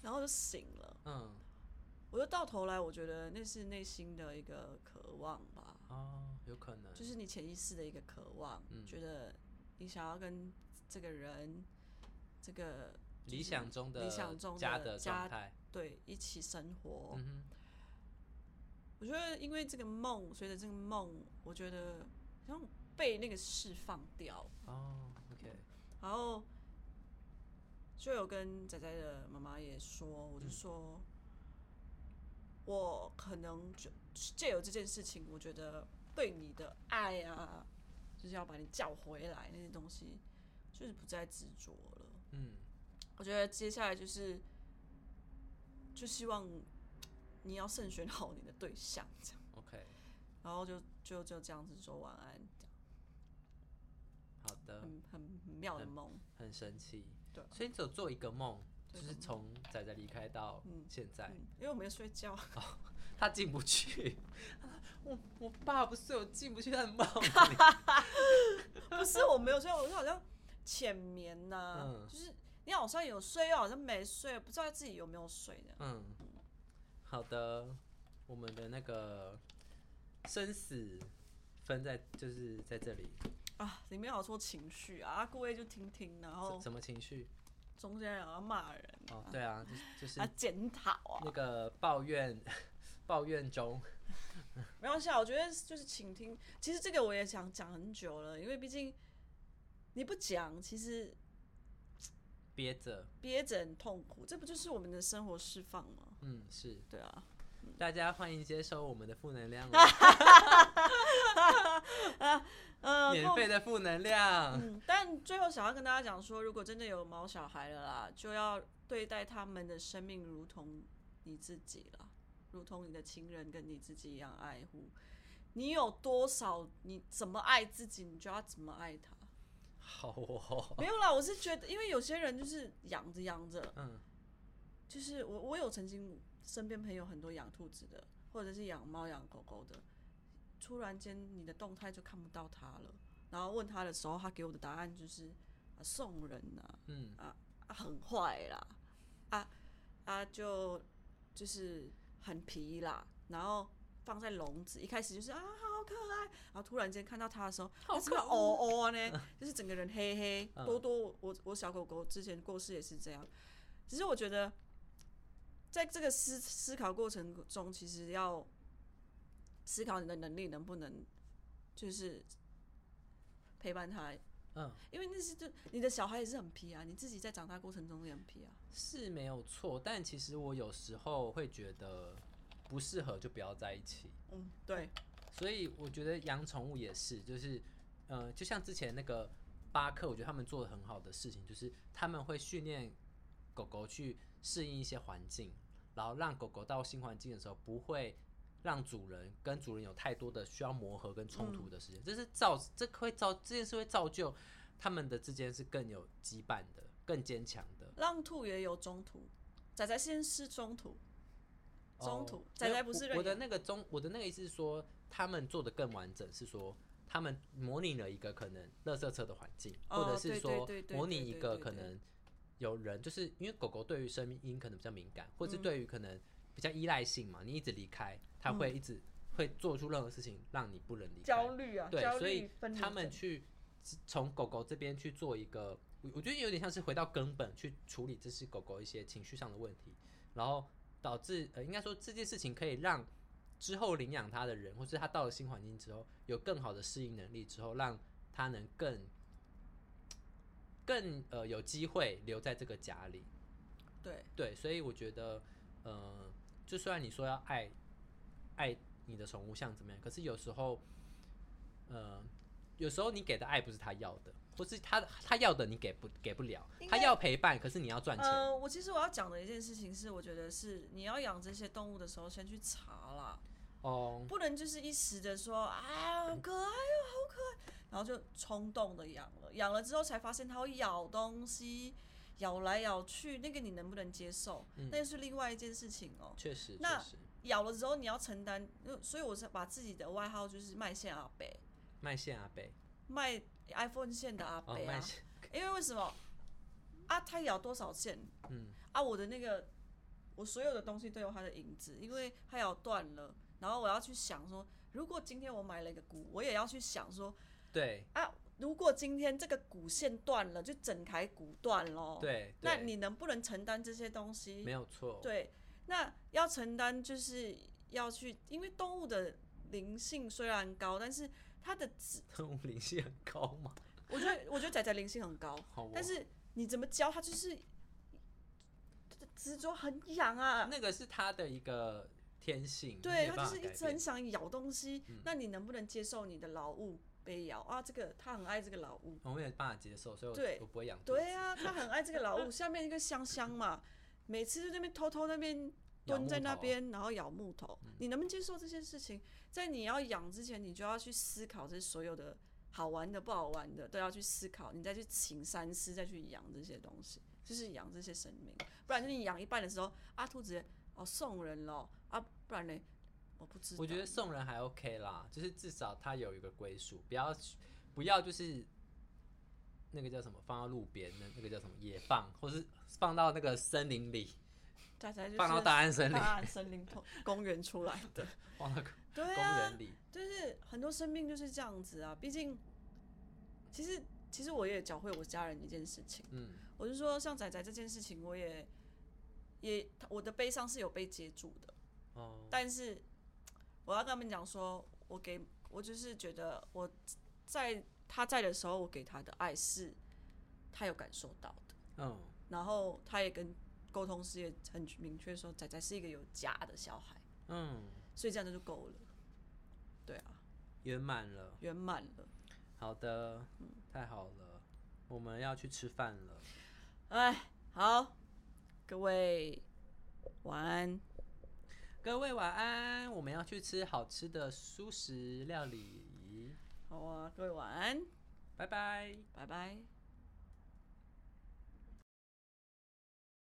[SPEAKER 2] 然后就醒了。
[SPEAKER 1] 嗯，
[SPEAKER 2] 我就到头来，我觉得那是内心的一个渴望吧，
[SPEAKER 1] 哦，有可能，
[SPEAKER 2] 就是你潜意识的一个渴望，
[SPEAKER 1] 嗯
[SPEAKER 2] 觉得你想要跟这个人，这个
[SPEAKER 1] 理想中的
[SPEAKER 2] 理想中的
[SPEAKER 1] 家的状
[SPEAKER 2] 家
[SPEAKER 1] 态，
[SPEAKER 2] 对一起生活。
[SPEAKER 1] 嗯哼，
[SPEAKER 2] 我觉得因为这个梦，随着这个梦，我觉得好像被那个释放掉，
[SPEAKER 1] 哦，OK，
[SPEAKER 2] 然后就有跟仔仔的妈妈也说，我就说，我可能就借由这件事情，我觉得对你的爱啊，就是要把你叫回来那些东西，就是不再执着了。
[SPEAKER 1] 嗯，
[SPEAKER 2] 我觉得接下来就是，就希望你要慎选好你的对象，这样，
[SPEAKER 1] OK，
[SPEAKER 2] 然后就就就这样子说晚安，
[SPEAKER 1] 好的，
[SPEAKER 2] 很很很妙的梦。
[SPEAKER 1] 很神奇。
[SPEAKER 2] 嗯对啊
[SPEAKER 1] 所以你只有做一个梦，就
[SPEAKER 2] 对
[SPEAKER 1] 是从仔仔离开到现在，
[SPEAKER 2] 嗯，因为我没睡觉，
[SPEAKER 1] 他进不去。 <laughs> 我我爸不是有进不去他的
[SPEAKER 2] <laughs>
[SPEAKER 1] 梦
[SPEAKER 2] 不是我没有睡，我是好像浅眠呐、
[SPEAKER 1] 嗯
[SPEAKER 2] 就是你好像有睡，又好像没睡，不知道自己有没有睡的。
[SPEAKER 1] 嗯，好的，我们的那个生死分在就是在这里，
[SPEAKER 2] 啊，里面好多情绪啊，啊各位就听听，然后
[SPEAKER 1] 什什么情绪？
[SPEAKER 2] 中间还要骂人
[SPEAKER 1] 哦，对啊，就是就是
[SPEAKER 2] 哦啊，检讨啊，
[SPEAKER 1] 那个抱怨 <laughs> 抱怨中，
[SPEAKER 2] 没关系啊，我觉得就是倾听。其实这个我也想讲很久了，因为毕竟你不讲，其实
[SPEAKER 1] 憋着，
[SPEAKER 2] 憋着很痛苦，这不就是我们的生活释放吗？
[SPEAKER 1] 嗯，是。
[SPEAKER 2] 对啊，
[SPEAKER 1] 大家欢迎接收我们的负能量哦，
[SPEAKER 2] 呃，
[SPEAKER 1] 免费的负能量。
[SPEAKER 2] 嗯，但最后想要跟大家讲说，如果真的有毛小孩了啦，就要对待他们的生命如同你自己啦，如同你的亲人跟你自己一样爱护。你有多少，你怎么爱自己，你就要怎么爱他。
[SPEAKER 1] 好哦，
[SPEAKER 2] 没有啦，我是觉得，因为有些人就是养着养着，
[SPEAKER 1] 嗯，
[SPEAKER 2] 就是我我有曾经身边朋友很多养兔子的，或者是养猫养狗狗的，突然间你的动态就看不到它了。然后问他的时候，他给我的答案就是、啊、送人呐、
[SPEAKER 1] 嗯
[SPEAKER 2] 啊啊很坏啦，啊啊就就是很皮啦，然后放在笼子，一开始就是啊好可爱，然后突然间看到它的时候，它是不
[SPEAKER 1] 可
[SPEAKER 2] 是
[SPEAKER 1] 爱
[SPEAKER 2] 哦哦
[SPEAKER 1] <laughs>
[SPEAKER 2] 呢？就是整个人黑黑
[SPEAKER 1] 嗯
[SPEAKER 2] 多多，我我小狗狗之前过世也是这样，只是我觉得。在这个思思考过程中，其实要思考你的能力能不能，就是陪伴他
[SPEAKER 1] 嗯，
[SPEAKER 2] 因为那是就你的小孩也是很皮啊，你自己在长大过程中也很皮啊。
[SPEAKER 1] 是没有错，但其实我有时候会觉得不适合就不要在一起，
[SPEAKER 2] 嗯，对，
[SPEAKER 1] 所以我觉得养宠物也是，就是呃，就像之前那个巴克，我觉得他们做的很好的事情，就是他们会训练狗狗去适应一些环境，然后让狗狗到新环境的时候不会。让主人跟主人有太多的需要磨合跟冲突的时间，这是造这会造这件事会造就他们的之间是更有羁绊的、更坚强的。
[SPEAKER 2] 浪兔也有中途，仔仔先是中途，中途
[SPEAKER 1] 哦
[SPEAKER 2] 仔仔
[SPEAKER 1] 没有
[SPEAKER 2] 不是
[SPEAKER 1] 我
[SPEAKER 2] 认
[SPEAKER 1] 我的
[SPEAKER 2] 养
[SPEAKER 1] 那个中，我的那个意思是说，他们做的更完整，是说他们模拟了一个可能垃圾车的环境，
[SPEAKER 2] 哦
[SPEAKER 1] 或者是
[SPEAKER 2] 对
[SPEAKER 1] 说
[SPEAKER 2] 对对对
[SPEAKER 1] 模拟
[SPEAKER 2] 对
[SPEAKER 1] 一
[SPEAKER 2] 对
[SPEAKER 1] 个
[SPEAKER 2] 对
[SPEAKER 1] 可
[SPEAKER 2] 对
[SPEAKER 1] 能有人，就是因为狗狗对于声音可能比较敏感，或是
[SPEAKER 2] 嗯
[SPEAKER 1] 对于可能比较依赖性嘛，你一直离开，它
[SPEAKER 2] 嗯
[SPEAKER 1] 会一直会做出任何事情让你不能离开。
[SPEAKER 2] 虑啊
[SPEAKER 1] 对，所以他们去从狗狗这边去做一个，我我觉得有点像是回到根本去处理这是狗狗一些情绪上的问题，然后导致呃，应该说这件事情可以让之后领养它的人，或是它到了新环境之后有更好的适应能力之后，让它能更更呃有机会留在这个家里。
[SPEAKER 2] 对
[SPEAKER 1] 对，所以我觉得，呃，就虽然你说要爱爱你的宠物像怎么样，可是有时候，呃，有时候你给的爱不是他要的，或是他他要的你给不给不了
[SPEAKER 2] 应，
[SPEAKER 1] 他
[SPEAKER 2] 该
[SPEAKER 1] 要陪伴，可是你要赚钱，
[SPEAKER 2] 呃，我其实我要讲的一件事情是，我觉得是你要养这些动物的时候，先去查啦，
[SPEAKER 1] 哦，
[SPEAKER 2] 不能就是一时的说啊好可爱哦，好可爱，然后就冲动的养了，养了之后才发现它会咬东西，咬来咬去，那个你能不能接受？
[SPEAKER 1] 嗯
[SPEAKER 2] 那又是另外一件事情哦。
[SPEAKER 1] 确实确
[SPEAKER 2] 那
[SPEAKER 1] 实，
[SPEAKER 2] 咬了之后你要承担，呃所以我是把自己的外号就是卖线阿北，
[SPEAKER 1] 卖线阿贝，
[SPEAKER 2] 卖 iPhone 线的阿
[SPEAKER 1] 哦，
[SPEAKER 2] 北啊，
[SPEAKER 1] 卖线，
[SPEAKER 2] 因为为什么啊？他咬多少线
[SPEAKER 1] 嗯，
[SPEAKER 2] 啊？我的那个我所有的东西都有他的影子，因为他咬断了，然后我要去想说如果今天我买了一个股，我也要去想说，
[SPEAKER 1] 对
[SPEAKER 2] 啊，如果今天这个股线断了，就整台股断咯。，
[SPEAKER 1] 对，
[SPEAKER 2] 哦那
[SPEAKER 1] 哎对
[SPEAKER 2] 你能不能承担这些东西？
[SPEAKER 1] 没有错，
[SPEAKER 2] 对，那要承担就是要去，因为动物的灵性虽然高，但是它的自，
[SPEAKER 1] 动物灵性很高嘛，
[SPEAKER 2] 我觉得我觉得仔仔灵性很高，
[SPEAKER 1] 好哦，
[SPEAKER 2] 但是你怎么教它就是执着很痒啊，
[SPEAKER 1] 那个是它的一个天性，你
[SPEAKER 2] 对，
[SPEAKER 1] 嗯没
[SPEAKER 2] 它
[SPEAKER 1] 办
[SPEAKER 2] 就
[SPEAKER 1] 法
[SPEAKER 2] 是一
[SPEAKER 1] 改
[SPEAKER 2] 直
[SPEAKER 1] 变嗯
[SPEAKER 2] 很想咬东西，那你能不能接受你的老物被咬啊？这个它很爱这个老物，
[SPEAKER 1] 我没有办法接受，所以
[SPEAKER 2] 对
[SPEAKER 1] 我我不会养兔子。
[SPEAKER 2] 对啊，它很爱这个老物。下面一个香香嘛，每次就那边偷偷那边
[SPEAKER 1] 咬
[SPEAKER 2] 蹲
[SPEAKER 1] 木
[SPEAKER 2] 在那
[SPEAKER 1] 头啊
[SPEAKER 2] 边，然后咬木头。你能不能接受这些事情？在你要养之前，你就要去思考这所有的好玩的、不好玩的，都要去思考，你再去请三思，再去养这些东西，就是养这些生命。不然就是你养一半的时候，啊，兔子哦送人了啊，不然呢？我不知道。
[SPEAKER 1] 我觉得送人还 OK 啦，就是至少它有一个归属，不要不要就是那个叫什么放到路边，那那个叫什么野放，或是放到那个森林里，
[SPEAKER 2] 大家就是
[SPEAKER 1] 放到大安森林，
[SPEAKER 2] 大安森林公公园出来 <laughs> 的，
[SPEAKER 1] 放到
[SPEAKER 2] 对
[SPEAKER 1] <laughs> 公
[SPEAKER 2] 啊，
[SPEAKER 1] 园里。
[SPEAKER 2] 就是很多生命就是这样子啊。毕竟，其实其实我也教会我家人一件事情，啊
[SPEAKER 1] 嗯，
[SPEAKER 2] 我就说像仔仔这件事情，我也也我的悲伤是有被接住的，
[SPEAKER 1] 哦，
[SPEAKER 2] 但是我要跟他们讲说，我给我就是觉得我在他在的时候，我给他的爱是他有感受到的，
[SPEAKER 1] 嗯，
[SPEAKER 2] 然后他也跟沟通师也很明确说，仔仔是一个有家的小孩，
[SPEAKER 1] 嗯，
[SPEAKER 2] 所以这样就够了，对啊，
[SPEAKER 1] 圆满了，
[SPEAKER 2] 圆满了。
[SPEAKER 1] 好的，太好了，我们要去吃饭了，
[SPEAKER 2] 哎，好，各位晚安。
[SPEAKER 1] 各位晚安，我们要去吃好吃的素食料理，
[SPEAKER 2] 好啊，各位晚安，
[SPEAKER 1] 拜拜。
[SPEAKER 2] 拜拜。